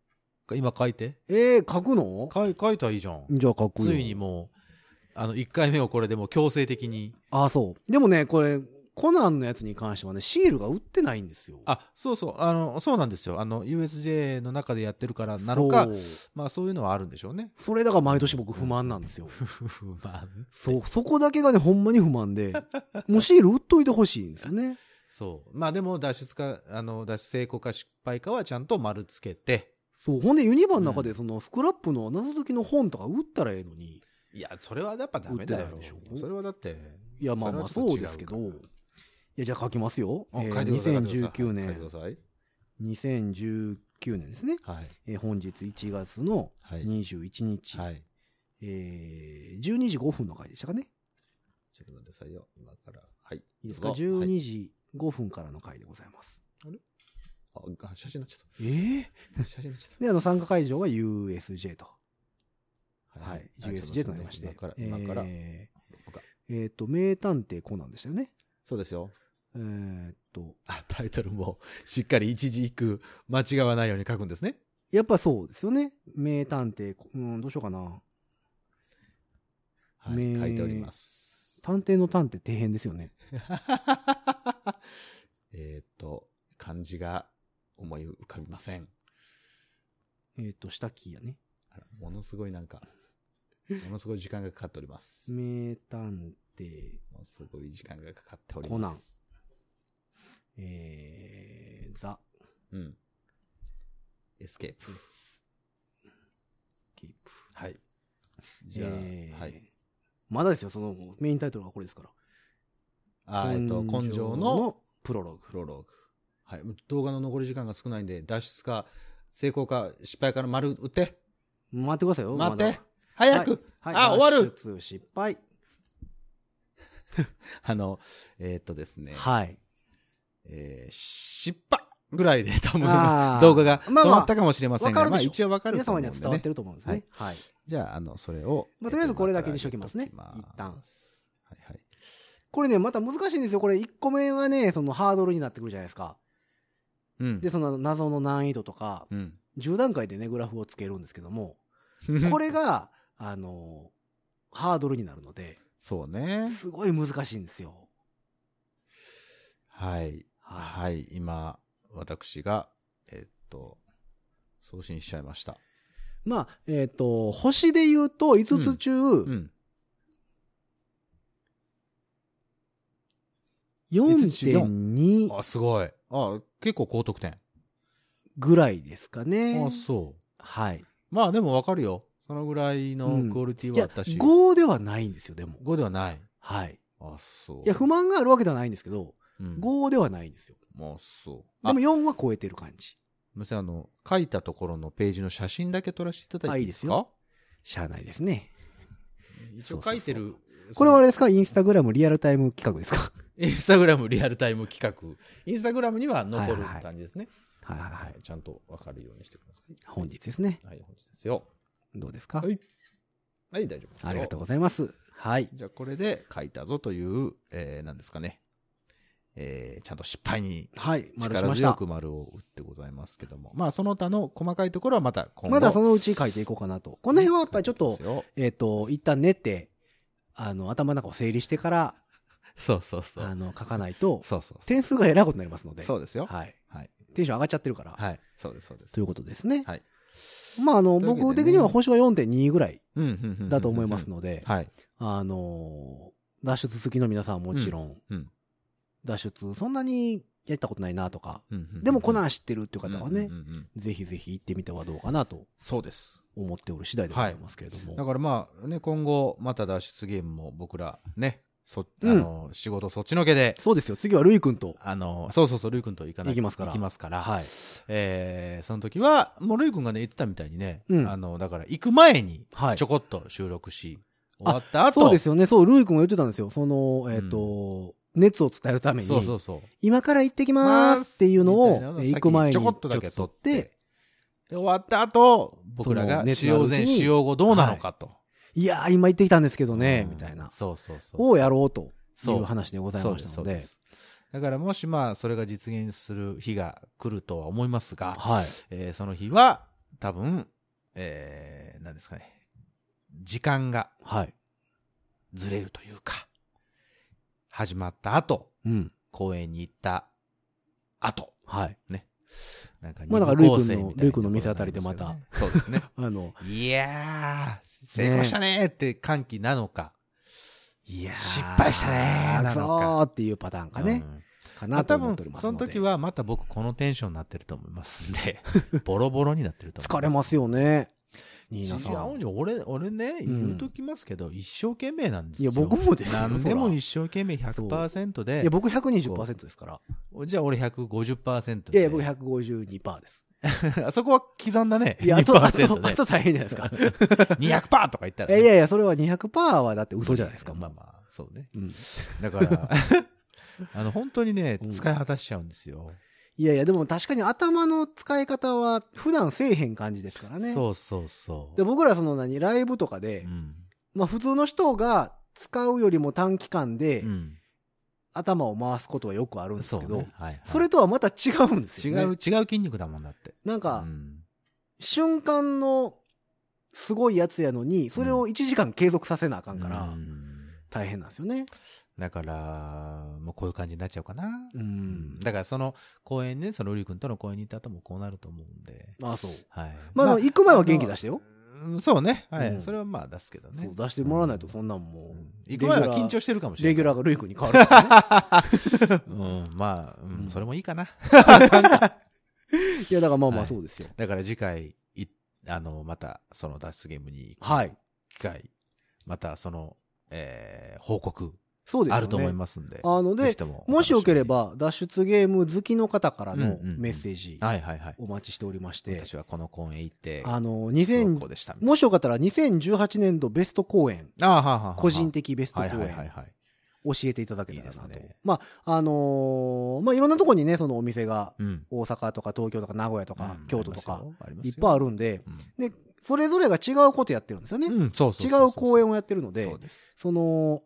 Speaker 2: う。
Speaker 3: 今書いて。
Speaker 2: えー、書くの
Speaker 3: 書い書いたらいいじゃん。
Speaker 2: じゃあ書くよ
Speaker 3: ついにもう、あの、1回目をこれでもう強制的に。
Speaker 2: あ、そう。でもね、これ、コナンのやつに関してはね、シールが売ってないんですよ。
Speaker 3: あ、そうそう、あの、そうなんですよ。あの、USJ の中でやってるからなのか
Speaker 2: そ、う
Speaker 3: まあそういうのはあるんでしょうね。
Speaker 2: それだから毎年僕不満なんですよ。
Speaker 3: まあ、
Speaker 2: そう、そこだけがね、ほんまに不満で、もうシール売っといてほしいんですよね。
Speaker 3: そう。まあでも、脱出か、あの、脱出成功か失敗かはちゃんと丸つけて。
Speaker 2: そう、ほんでユニバの中でそのスクラップの謎解きの本とか売ったらええのに、
Speaker 3: いや、それはやっぱダメだ
Speaker 2: 打ってな
Speaker 3: よ
Speaker 2: いでしょ。
Speaker 3: それはだって。
Speaker 2: いや、まあまあ
Speaker 3: それは
Speaker 2: そ
Speaker 3: ちょっと違う
Speaker 2: うですけど、
Speaker 3: から
Speaker 2: いや、じゃあ書きますよ。
Speaker 3: あ
Speaker 2: えー
Speaker 3: 書いてください
Speaker 2: 2019
Speaker 3: 書いてく
Speaker 2: 年、
Speaker 3: ださい。
Speaker 2: 2019年ですね。
Speaker 3: はい。
Speaker 2: えー本日1月の
Speaker 3: はい。
Speaker 2: 21日、
Speaker 3: はい。
Speaker 2: えー12時5分の回でしたかね。
Speaker 3: ちょっと待ってくださいよ。今から。はい。
Speaker 2: いいですか
Speaker 3: どうぞはい
Speaker 2: 12時5分からの回でございます。
Speaker 3: あ、あ写真になっちゃっ
Speaker 2: ええ
Speaker 3: た。写真になっちゃっ
Speaker 2: で、あの、参加会場は USJ と。
Speaker 3: た。
Speaker 2: はい。
Speaker 3: あちょっと待
Speaker 2: USJ
Speaker 3: って
Speaker 2: となりまして。
Speaker 3: 今から、今から。
Speaker 2: え
Speaker 3: 僕が
Speaker 2: ーえーと、名探偵コナンでしたよね。
Speaker 3: そうですよ。
Speaker 2: えーっと、
Speaker 3: あ、タイトルも、しっかり一字一句、間違わないように書くんですね。
Speaker 2: やっぱそうですよね。名探偵コ、うん、どうしようかな。
Speaker 3: はい
Speaker 2: ね。え
Speaker 3: 書いております。
Speaker 2: 探偵の探偵底辺ですよね。
Speaker 3: えーっと、漢字が思い浮かびません。
Speaker 2: えーっと、下キーやね。
Speaker 3: あらものすごいなんか、ものすごい時間がかかっております。も
Speaker 2: 名探偵、
Speaker 3: のすごい時間がかかっております。
Speaker 2: えー、ザ、
Speaker 3: うん。エスケープ。
Speaker 2: キープ。
Speaker 3: はい。じゃあ、
Speaker 2: えー
Speaker 3: はい。
Speaker 2: まだですよ、そのメインタイトルがこれですから。
Speaker 3: あーえーっと、根性の
Speaker 2: プロローグ。
Speaker 3: プロローグ。はい。動画の残り時間が少ないんで、脱出か、成功か、失敗から丸打って。
Speaker 2: 待ってくださいよ。
Speaker 3: 待って
Speaker 2: まだ
Speaker 3: 早く、
Speaker 2: はい、
Speaker 3: あ終わる
Speaker 2: 脱出失敗。
Speaker 3: あの、えーっとですね、
Speaker 2: はい。
Speaker 3: えー失敗ぐらいで多分
Speaker 2: あー
Speaker 3: 動画が止
Speaker 2: まあまあ
Speaker 3: まったかもしれませんが、
Speaker 2: わかるでしょ
Speaker 3: 一応わかる
Speaker 2: 皆
Speaker 3: と思
Speaker 2: 様
Speaker 3: う
Speaker 2: に
Speaker 3: ん
Speaker 2: は
Speaker 3: で、ね、
Speaker 2: 伝わってると思うんですね。はい。
Speaker 3: じゃあ、あの、それを。
Speaker 2: まあとりあえずこれだけにしときますね
Speaker 3: えっと
Speaker 2: 一旦。
Speaker 3: 今からやっておきますはいはい。
Speaker 2: これね、また難しいんですよ。これ1個目がね、そのハードルになってくるじゃないですか。
Speaker 3: うん。
Speaker 2: で、その謎の難易度とか、
Speaker 3: うん。
Speaker 2: 10段階でね、グラフをつけるんですけど も、これが、あの、ハードルになるので、
Speaker 3: そうね。
Speaker 2: すごい難しいんですよ。
Speaker 3: はい。
Speaker 2: はい。
Speaker 3: はい。今、私が、えっと、送信しちゃいました。
Speaker 2: まあ、えっ、と、星で言うと5つ中、
Speaker 3: うん。
Speaker 2: 4.2
Speaker 3: あ、すごい。あ、結構高得点。
Speaker 2: ぐらいですかね
Speaker 3: あ、。そう。
Speaker 2: はい。
Speaker 3: まあでもわかるよ。そのぐらいのクオリテ
Speaker 2: い
Speaker 3: ィは
Speaker 2: や、
Speaker 3: 私、
Speaker 2: 5ではないんですよ、でも。
Speaker 3: 5ではない。
Speaker 2: はい。
Speaker 3: あ、そう。
Speaker 2: いや、不満があるわけではないんですけど、
Speaker 3: うん、
Speaker 2: 5ではないんですよ。
Speaker 3: まあ、そう。
Speaker 2: で
Speaker 3: あ
Speaker 2: も、4は超えてる感じ。
Speaker 3: むせんあの、書いたところのページの写真だけ撮らせていただいていいです
Speaker 2: あ
Speaker 3: か
Speaker 2: しゃあないですね。
Speaker 3: 一応書いてる。
Speaker 2: これはあ
Speaker 3: ね、
Speaker 2: れですかインスタグラムリアルタイム企画ですか
Speaker 3: インスタグラムリアルタイム企画。インスタグラムには残
Speaker 2: はい
Speaker 3: る
Speaker 2: はいはい
Speaker 3: 感じですね。
Speaker 2: はいはいはい。
Speaker 3: ちゃんとわかるようにしてください。
Speaker 2: 本日ですね。
Speaker 3: はい、本日ですよ。
Speaker 2: どうですか、
Speaker 3: はいはい、大丈夫ですよ。
Speaker 2: ありがとうございます。はい。
Speaker 3: じゃあ、これで書いたぞという、えー、なんですかね。えー、ちゃんと失敗に
Speaker 2: はい。丸し
Speaker 3: 力
Speaker 2: まし
Speaker 3: 強
Speaker 2: た。
Speaker 3: く丸を打ってございますけども。まあ、その他の細かいところはまた今後。
Speaker 2: まだそのうち書いていこうかなと。この辺はやっぱりちょっ
Speaker 3: 書
Speaker 2: と
Speaker 3: いて、ますよ
Speaker 2: えっ、と、一旦練って、あの、頭の中を整理してから、
Speaker 3: そうそうそう。
Speaker 2: あの、書かないと、
Speaker 3: そうそうそ
Speaker 2: 点数がえらいことになりますの
Speaker 3: う。
Speaker 2: で。
Speaker 3: そうですよ。
Speaker 2: はい。
Speaker 3: はい。
Speaker 2: テンション上がっちゃってるから。
Speaker 3: はい。そうです、そうです。
Speaker 2: ということですね。
Speaker 3: はい。
Speaker 2: まあ、あの、
Speaker 3: というわけでね
Speaker 2: 僕的には星は4.2ぐらい
Speaker 3: うん、うん、うん。
Speaker 2: だと思います
Speaker 3: の
Speaker 2: ので、
Speaker 3: はい。
Speaker 2: あのー、脱出好きの皆さんはもちろん、
Speaker 3: うんうん
Speaker 2: 脱出、そんなにやったことないなとか、
Speaker 3: うんうんうん
Speaker 2: でもコナン知ってるっていう方はね
Speaker 3: うん、うんうんうん
Speaker 2: ぜひぜひ行ってみてはどうかなと
Speaker 3: そうです。
Speaker 2: 思っておる次第でございますけれども。
Speaker 3: だからまあね、今後、また脱出ゲームも僕らね、そ、あ
Speaker 2: うん
Speaker 3: の、仕事そっちのけで、
Speaker 2: そうですよ。次はルイ君と。
Speaker 3: あの、そうそうそう、ルイ君と行かない。
Speaker 2: 行きますから
Speaker 3: 行きますから。
Speaker 2: はい。
Speaker 3: えーその時は、もうルイ君がね、言ってたみたいにね、
Speaker 2: うん
Speaker 3: あの、だから行く前に
Speaker 2: は、い
Speaker 3: ちょこっと収録し、終わった後、
Speaker 2: そうですよね。そう、ルイ君が言ってたんですよ。その、えっ、と、熱を伝えるために、
Speaker 3: そうそうそう。
Speaker 2: 今から行ってきますっていうの
Speaker 3: みたいな
Speaker 2: を、え
Speaker 3: 先
Speaker 2: 行く前に
Speaker 3: ちょこっとだけ
Speaker 2: ちょ
Speaker 3: 撮っ
Speaker 2: っと撮って
Speaker 3: て、で、終わった後、僕ら
Speaker 2: そ
Speaker 3: が
Speaker 2: の熱
Speaker 3: 使
Speaker 2: のある
Speaker 3: 用
Speaker 2: うちに
Speaker 3: 前、使用後どうなのかと。
Speaker 2: いやー、今行ってきたんですけどね、
Speaker 3: うん
Speaker 2: みたいな。
Speaker 3: そうそうそう。
Speaker 2: をやろうとい
Speaker 3: そう
Speaker 2: う話でござい
Speaker 3: そう
Speaker 2: ま
Speaker 3: で
Speaker 2: した
Speaker 3: すそ
Speaker 2: の
Speaker 3: う
Speaker 2: で。
Speaker 3: ですだからもしまあ、それが実現する日が来るとは思いますが、
Speaker 2: はい。
Speaker 3: えーその日は、多分、えー、何ですかね。時間が
Speaker 2: はい。
Speaker 3: ずれるというか、始まった後、
Speaker 2: うん。
Speaker 3: 公園に行った後、
Speaker 2: はい。
Speaker 3: ね。なんか
Speaker 2: まあだから
Speaker 3: 二部構成
Speaker 2: ルイ君のル
Speaker 3: みたいな
Speaker 2: イ君の店あたりでまた
Speaker 3: ところになりますよねそうですね。
Speaker 2: あの、
Speaker 3: いやー、成功したねーって歓喜なのか、
Speaker 2: いやー
Speaker 3: 失敗したねーなのか
Speaker 2: そうっていうパターンかね。
Speaker 3: うん
Speaker 2: か
Speaker 3: まあ
Speaker 2: なと
Speaker 3: 多
Speaker 2: 思
Speaker 3: 分
Speaker 2: っており、ます
Speaker 3: そ
Speaker 2: の
Speaker 3: の
Speaker 2: で。
Speaker 3: 時はまた僕このテンションになってると思います んで、ボロボロになってると思
Speaker 2: 疲
Speaker 3: います。
Speaker 2: れますよね。ニーナ
Speaker 3: 一
Speaker 2: さ
Speaker 3: 時青
Speaker 2: ん。
Speaker 3: じ俺、俺ね、
Speaker 2: うん
Speaker 3: 言うときますけど、一生懸命なんです
Speaker 2: い
Speaker 3: よ。
Speaker 2: や、僕もですよ。
Speaker 3: 何
Speaker 2: そ
Speaker 3: で
Speaker 2: ら
Speaker 3: も
Speaker 2: い
Speaker 3: 一生懸命100%で
Speaker 2: や、、僕120%ですから。
Speaker 3: じゃあ俺150%
Speaker 2: い
Speaker 3: で。
Speaker 2: やいや、僕152%です。
Speaker 3: あそこは刻んだね。
Speaker 2: いや、あと、あと、
Speaker 3: 2%
Speaker 2: あ
Speaker 3: ね。
Speaker 2: と大変じゃないですか。
Speaker 3: 200%とか言ったら
Speaker 2: い
Speaker 3: ね、
Speaker 2: やいやいや、それは200%はだって嘘じゃないですか。
Speaker 3: まあ
Speaker 2: ま
Speaker 3: まあ、そうね。
Speaker 2: うん、
Speaker 3: だから、 あの、本当にね、使い果たしちゃうんですよ。
Speaker 2: いやいや、でも確かに頭の使い方は普段せえへん感じですからね。
Speaker 3: そうそうそう。
Speaker 2: で僕らその何、ライブとかで、
Speaker 3: うん。
Speaker 2: まあ普通の人が使うよりも短期間で
Speaker 3: うん。
Speaker 2: 頭を回すことはよくあるんです
Speaker 3: そう
Speaker 2: け
Speaker 3: ね
Speaker 2: ど、そ,、
Speaker 3: はいはい
Speaker 2: れとはまた違うんです
Speaker 3: 違
Speaker 2: よ、ね。
Speaker 3: う、違う筋肉だもんだって。
Speaker 2: なんか、
Speaker 3: うん
Speaker 2: 瞬間のすごいやつやのに、それを1時間継続させなあかんから、
Speaker 3: うん
Speaker 2: 大変なんですよね。
Speaker 3: だから、もうこういう感じになっちゃうかな。
Speaker 2: うん。
Speaker 3: だからその公演ね、そのルリ君との公演に行った後もこうなると思うんで。
Speaker 2: ああ、そう。
Speaker 3: はい。
Speaker 2: まあ、でも行く前は元気出してよ。
Speaker 3: うんそうね。はい。
Speaker 2: うん
Speaker 3: それはまあ出すけどね
Speaker 2: そう。出してもらわないとそんなん
Speaker 3: う
Speaker 2: も
Speaker 3: ん
Speaker 2: う。
Speaker 3: 行く前は緊張してるかもしれな
Speaker 2: レ
Speaker 3: い。
Speaker 2: ギュラーがルイ君に変わるからね、
Speaker 3: うん、まあ、うん
Speaker 2: うん
Speaker 3: それもいいかな。
Speaker 2: いや、だからまあま
Speaker 3: は
Speaker 2: あ
Speaker 3: い
Speaker 2: そうですよ。
Speaker 3: だから次回、いあの、また、その脱出ゲームに行く
Speaker 2: はい。
Speaker 3: 機会、また、その、えー報告、
Speaker 2: そうですよね。
Speaker 3: あると思いますんで。
Speaker 2: あの
Speaker 3: ぜ
Speaker 2: で
Speaker 3: ひ、ともお
Speaker 2: も
Speaker 3: 楽
Speaker 2: し
Speaker 3: みに
Speaker 2: よけれ。ば、脱出ゲーム好きの方から
Speaker 3: うん
Speaker 2: の
Speaker 3: うんうん
Speaker 2: メッセージ、
Speaker 3: はいはいはい。
Speaker 2: お待ちしておりまして、
Speaker 3: 私はこの公演行って、
Speaker 2: あの、
Speaker 3: そうこう
Speaker 2: 2000、
Speaker 3: でしたみたい
Speaker 2: もしよかったら2018年度ベスト公演、
Speaker 3: な。ああ、はあはあはあ
Speaker 2: 個人的ベスト公
Speaker 3: はいはいはい
Speaker 2: 演、
Speaker 3: はい。
Speaker 2: 教えていただけたらない
Speaker 3: いで
Speaker 2: と
Speaker 3: すね。
Speaker 2: まあ、あのー、まあ、いろんなとこにね、そのお店が、
Speaker 3: うん。
Speaker 2: 大阪とか東京とか名古屋とか
Speaker 3: うん
Speaker 2: 京都とか、、いっぱい
Speaker 3: あ
Speaker 2: あ
Speaker 3: る。
Speaker 2: るんで、
Speaker 3: うん
Speaker 2: で、それぞれが違うことやってるんですよね。
Speaker 3: うん、そうそう
Speaker 2: 違
Speaker 3: そう
Speaker 2: 公演
Speaker 3: を
Speaker 2: をやってるので、
Speaker 3: そうです。
Speaker 2: その、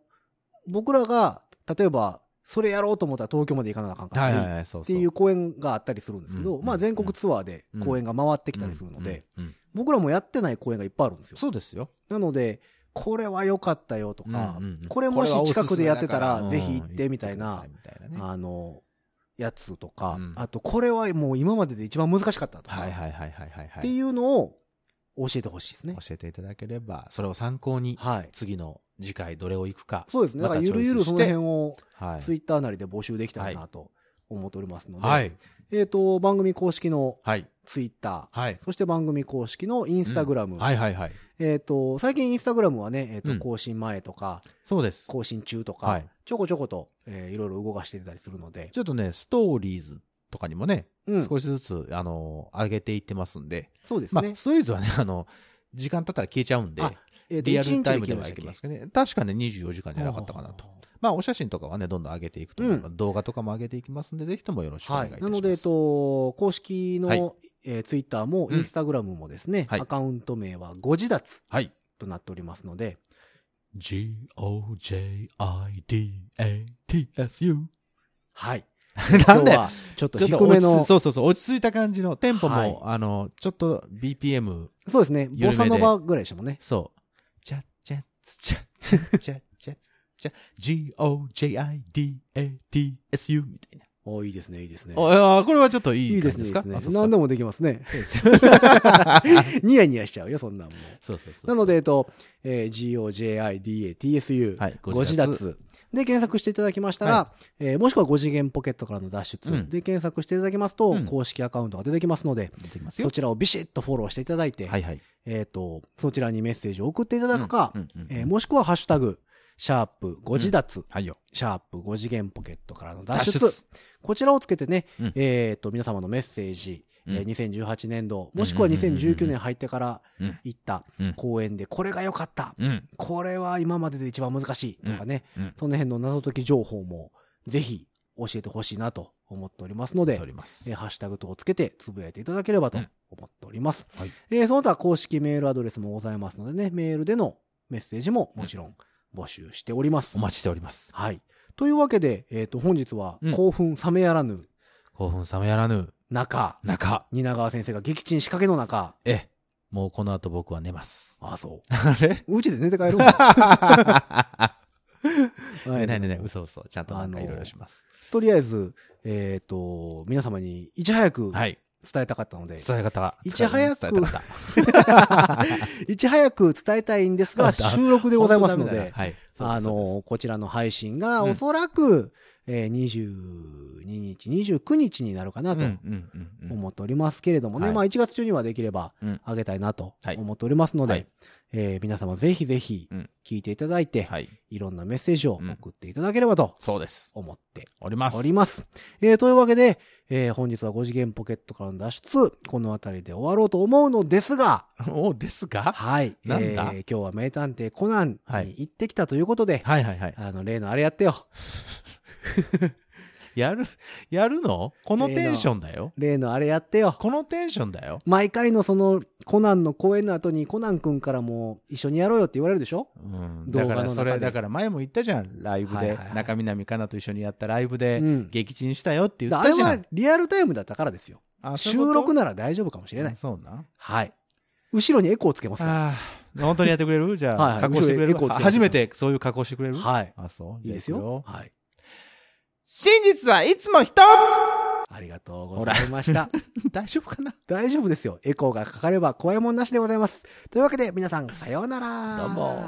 Speaker 2: 僕らが、例えば、それやろうと思ったら東京まで行かなあかんかった
Speaker 3: はい
Speaker 2: り、
Speaker 3: はいはい、そうそう。っ
Speaker 2: っていう公演があったりするんですけど、
Speaker 3: うん
Speaker 2: ま
Speaker 3: う
Speaker 2: あ
Speaker 3: ん
Speaker 2: 全国ツアーで公演が回ってきたりするので、
Speaker 3: うん、うん
Speaker 2: 僕らもやってない公演がいっぱいあるんですよ。
Speaker 3: そうですよ。
Speaker 2: なので、これは良かったよとか、
Speaker 3: うんうんうん
Speaker 2: これもし近くでやってたら
Speaker 3: これはお
Speaker 2: ぜ
Speaker 3: すすめ
Speaker 2: ひ
Speaker 3: だ
Speaker 2: 行
Speaker 3: か
Speaker 2: ってみたいな
Speaker 3: うん行ってくださいみたいなね
Speaker 2: あの、やつとか、
Speaker 3: うん
Speaker 2: あとこれはもう今までで一番難しかったとか、
Speaker 3: はいはいはいはいはいは
Speaker 2: っていうのを教えてほしいですね。
Speaker 3: 教えていただければ、それを参考に、
Speaker 2: はい。
Speaker 3: 次の次回どれを行くか。
Speaker 2: そうですね。だからゆるゆるその辺を
Speaker 3: はい。
Speaker 2: ツイッターなりで募集できたらなと思っておりますので、
Speaker 3: はい。
Speaker 2: えっ、と、番組公式の
Speaker 3: はい。
Speaker 2: ツイッタ
Speaker 3: はい
Speaker 2: ー、。そして番組公式のインスタグラム、
Speaker 3: はいはいはい。
Speaker 2: えっ、と、最近インスタグラムはね、えっ、
Speaker 3: う
Speaker 2: と、
Speaker 3: ん
Speaker 2: 更新前とか、
Speaker 3: そうです。
Speaker 2: 更新中とか、
Speaker 3: はい
Speaker 2: ちょこちょこと、えーいろいろ動かしてたりするので、
Speaker 3: ちょっとね、ストーリーズとかにもね、
Speaker 2: うん
Speaker 3: 少しずつ、あの、上げていってますんで。
Speaker 2: そうです
Speaker 3: ま
Speaker 2: ね
Speaker 3: あ、。ストーリーズはね、あの、時間経ったら消えちゃうんで
Speaker 2: あ、えっ、と、
Speaker 3: リアルタイムで
Speaker 2: 一
Speaker 3: は
Speaker 2: 日
Speaker 3: いけ
Speaker 2: で
Speaker 3: ま
Speaker 2: した
Speaker 3: すけどね。確かね、24時間
Speaker 2: っ
Speaker 3: じ
Speaker 2: け
Speaker 3: ゃなかったかなと。。まあ、お写真とかはね、どんどん上げていくと思うので、動画とかも上げていきますんで、ぜひともよろしくお願
Speaker 2: はい
Speaker 3: い
Speaker 2: い。
Speaker 3: いたし
Speaker 2: な
Speaker 3: ま
Speaker 2: の
Speaker 3: す。
Speaker 2: で、えっ、と、公式の、
Speaker 3: はい
Speaker 2: えツイッター Twitter も
Speaker 3: うん
Speaker 2: インスタグラムもですね、
Speaker 3: はい
Speaker 2: アカウント名はご自立
Speaker 3: はい。
Speaker 2: となっておりますので、
Speaker 3: G-O-J-I-D-A-T-S-U。
Speaker 2: はい。
Speaker 3: な
Speaker 2: 今
Speaker 3: ん
Speaker 2: 日
Speaker 3: だよ
Speaker 2: はちょっと低めの、
Speaker 3: そうそうそう、落ち着いた感じの、テンポも、
Speaker 2: はい
Speaker 3: あの、ちょっと BPM、
Speaker 2: そうですね、
Speaker 3: 緩
Speaker 2: ボ
Speaker 3: めで
Speaker 2: サノバぐらいでしたもんね。
Speaker 3: そう。チャッチャッツ、チャッチャッチャッチャッチャッ、G-O-J-I-D-A-T-S-U みたいな。
Speaker 2: おいいですね、いいですね。
Speaker 3: ああ、これはちょっとい
Speaker 2: い
Speaker 3: い
Speaker 2: いで
Speaker 3: 感
Speaker 2: す
Speaker 3: じ
Speaker 2: ね、
Speaker 3: で
Speaker 2: いいで
Speaker 3: すか
Speaker 2: すね
Speaker 3: あ。
Speaker 2: 何でもできますね。
Speaker 3: そうですか
Speaker 2: ニヤニヤしちゃうよ、そんなんもう。
Speaker 3: そうそうそうそう。
Speaker 2: なので、えっと、えー GOJIDATSU、
Speaker 3: はい
Speaker 2: ご自
Speaker 3: ご自
Speaker 2: 立
Speaker 3: 立。
Speaker 2: で、検索していただきましたら、えーもしくは5次元ポケットからの脱出
Speaker 3: うん
Speaker 2: で検索していただきますと、
Speaker 3: うん
Speaker 2: 公式アカウントが出てきますので、
Speaker 3: 出てきますよ
Speaker 2: そ。ちらをビシッとフォローしていただいて、
Speaker 3: はいはい。
Speaker 2: えっ、と、そちらにメッセージを送っていただくか、
Speaker 3: うんうんうん
Speaker 2: えーもしくはハッシュタグ、シャープ5次脱、
Speaker 3: はいよ。
Speaker 2: シャープ5次元ポケットからの脱出。こちらをつけてね、
Speaker 3: うん
Speaker 2: えっ、と、皆様のメッセージ、え
Speaker 3: うん
Speaker 2: ー2018年度、もしくは
Speaker 3: うんうんうんうん
Speaker 2: 2019年入ってから
Speaker 3: うん
Speaker 2: 行った
Speaker 3: うん
Speaker 2: 公演で、これが良かった、
Speaker 3: うん。
Speaker 2: これは今までで一番難しいとかね、
Speaker 3: うんうん
Speaker 2: その辺の謎解き情報も、ぜひ教えてほしいなと思っておりますので
Speaker 3: 撮、ります。
Speaker 2: えーハッシュタグ等をつけてつぶやいていただければと
Speaker 3: うん
Speaker 2: 思っております。
Speaker 3: はい
Speaker 2: えーその他公式メールアドレスもございますのでね、メールでのメッセージももちろん募集しております。
Speaker 3: お待ちしております。
Speaker 2: はい。というわけで、えっ、と、本日は
Speaker 3: うん
Speaker 2: 興奮冷めやらぬ
Speaker 3: 興奮冷めやらぬ
Speaker 2: 中、
Speaker 3: 中。
Speaker 2: 蜷川先生が撃沈仕掛けの中、
Speaker 3: ええ、もうこの後僕は寝ます。
Speaker 2: あ、そ
Speaker 3: あ れ
Speaker 2: う。うちで寝て帰るわ。は
Speaker 3: ね
Speaker 2: い
Speaker 3: ねねね、嘘嘘。ちゃんとなんかいろいろします。
Speaker 2: とりあえず、えっ、と、皆様にいち早く
Speaker 3: はい。
Speaker 2: 伝えたかったので、
Speaker 3: 伝え方は。
Speaker 2: いち早く
Speaker 3: 伝え方は
Speaker 2: いち早く伝えたいんですが、
Speaker 3: あだ
Speaker 2: 収録でございますの
Speaker 3: 本当ダメ
Speaker 2: で
Speaker 3: だな、はい。そうです
Speaker 2: あ
Speaker 3: そうです
Speaker 2: の、こちらの配信が
Speaker 3: うん
Speaker 2: おそらく、えー22日、29日になるかなと
Speaker 3: うんうんうんうん
Speaker 2: 思っておりますけれどもね、
Speaker 3: はい
Speaker 2: まあ1月中にはできれば
Speaker 3: うん
Speaker 2: あげたいなと
Speaker 3: はい
Speaker 2: 思っておりますので、
Speaker 3: はい
Speaker 2: えー皆様ぜひぜひ
Speaker 3: うん
Speaker 2: 聞いていただいて、
Speaker 3: はい。
Speaker 2: いろんなメッセージを
Speaker 3: うん
Speaker 2: 送っていただければと
Speaker 3: そうです。
Speaker 2: 思って
Speaker 3: おります。
Speaker 2: おります。えーというわけで、えー本日は5次元ポケットからの脱出、この辺りで終わろうと思うのですが、
Speaker 3: おですが
Speaker 2: はい。
Speaker 3: なんだ
Speaker 2: えー今日は名探偵コナン
Speaker 3: はい
Speaker 2: に行ってきたということで、
Speaker 3: はいはいはい。
Speaker 2: あの、例のあれやってよ。
Speaker 3: やる、やるのこのテンションだよ。
Speaker 2: 例のあれやってよ。
Speaker 3: このテンションだよ。
Speaker 2: 毎回のその、コナンの公演の後にコナンくんからも一緒にやろうよって言われるでしょ
Speaker 3: うん、
Speaker 2: 動
Speaker 3: だ
Speaker 2: 画
Speaker 3: か
Speaker 2: の中
Speaker 3: ら
Speaker 2: で
Speaker 3: それだから前も言ったじゃんライブ
Speaker 2: はいは
Speaker 3: で
Speaker 2: いはい
Speaker 3: 中南かなと一緒にやったライブ
Speaker 2: う
Speaker 3: で
Speaker 2: ん。
Speaker 3: 撃沈したよって言
Speaker 2: だ
Speaker 3: っ
Speaker 2: あれ
Speaker 3: たじゃ
Speaker 2: は
Speaker 3: ん、
Speaker 2: リアルタイムだったからですよ。
Speaker 3: あそういうこと
Speaker 2: 収録なら大丈夫かもしれない
Speaker 3: あ。そうな
Speaker 2: はい。後ろにエコーつけますか
Speaker 3: あー本当にやってくれるじゃあ、
Speaker 2: はいはい
Speaker 3: 加工して
Speaker 2: 後ろ
Speaker 3: くれ
Speaker 2: でエ
Speaker 3: る
Speaker 2: コーつけて
Speaker 3: 初めてそういう加工してくれ
Speaker 2: ら。
Speaker 3: る
Speaker 2: はい。
Speaker 3: あそう
Speaker 2: い
Speaker 3: じ
Speaker 2: い
Speaker 3: ゃあ
Speaker 2: で
Speaker 3: く
Speaker 2: すよ。はい。
Speaker 3: 真実はいつも一つ
Speaker 2: ありがとうございました。
Speaker 3: 大丈夫かな
Speaker 2: 大丈夫ですよ。エコーがかかれば怖いもんなしでございます。というわけで皆さん、さようなら。
Speaker 3: どうも。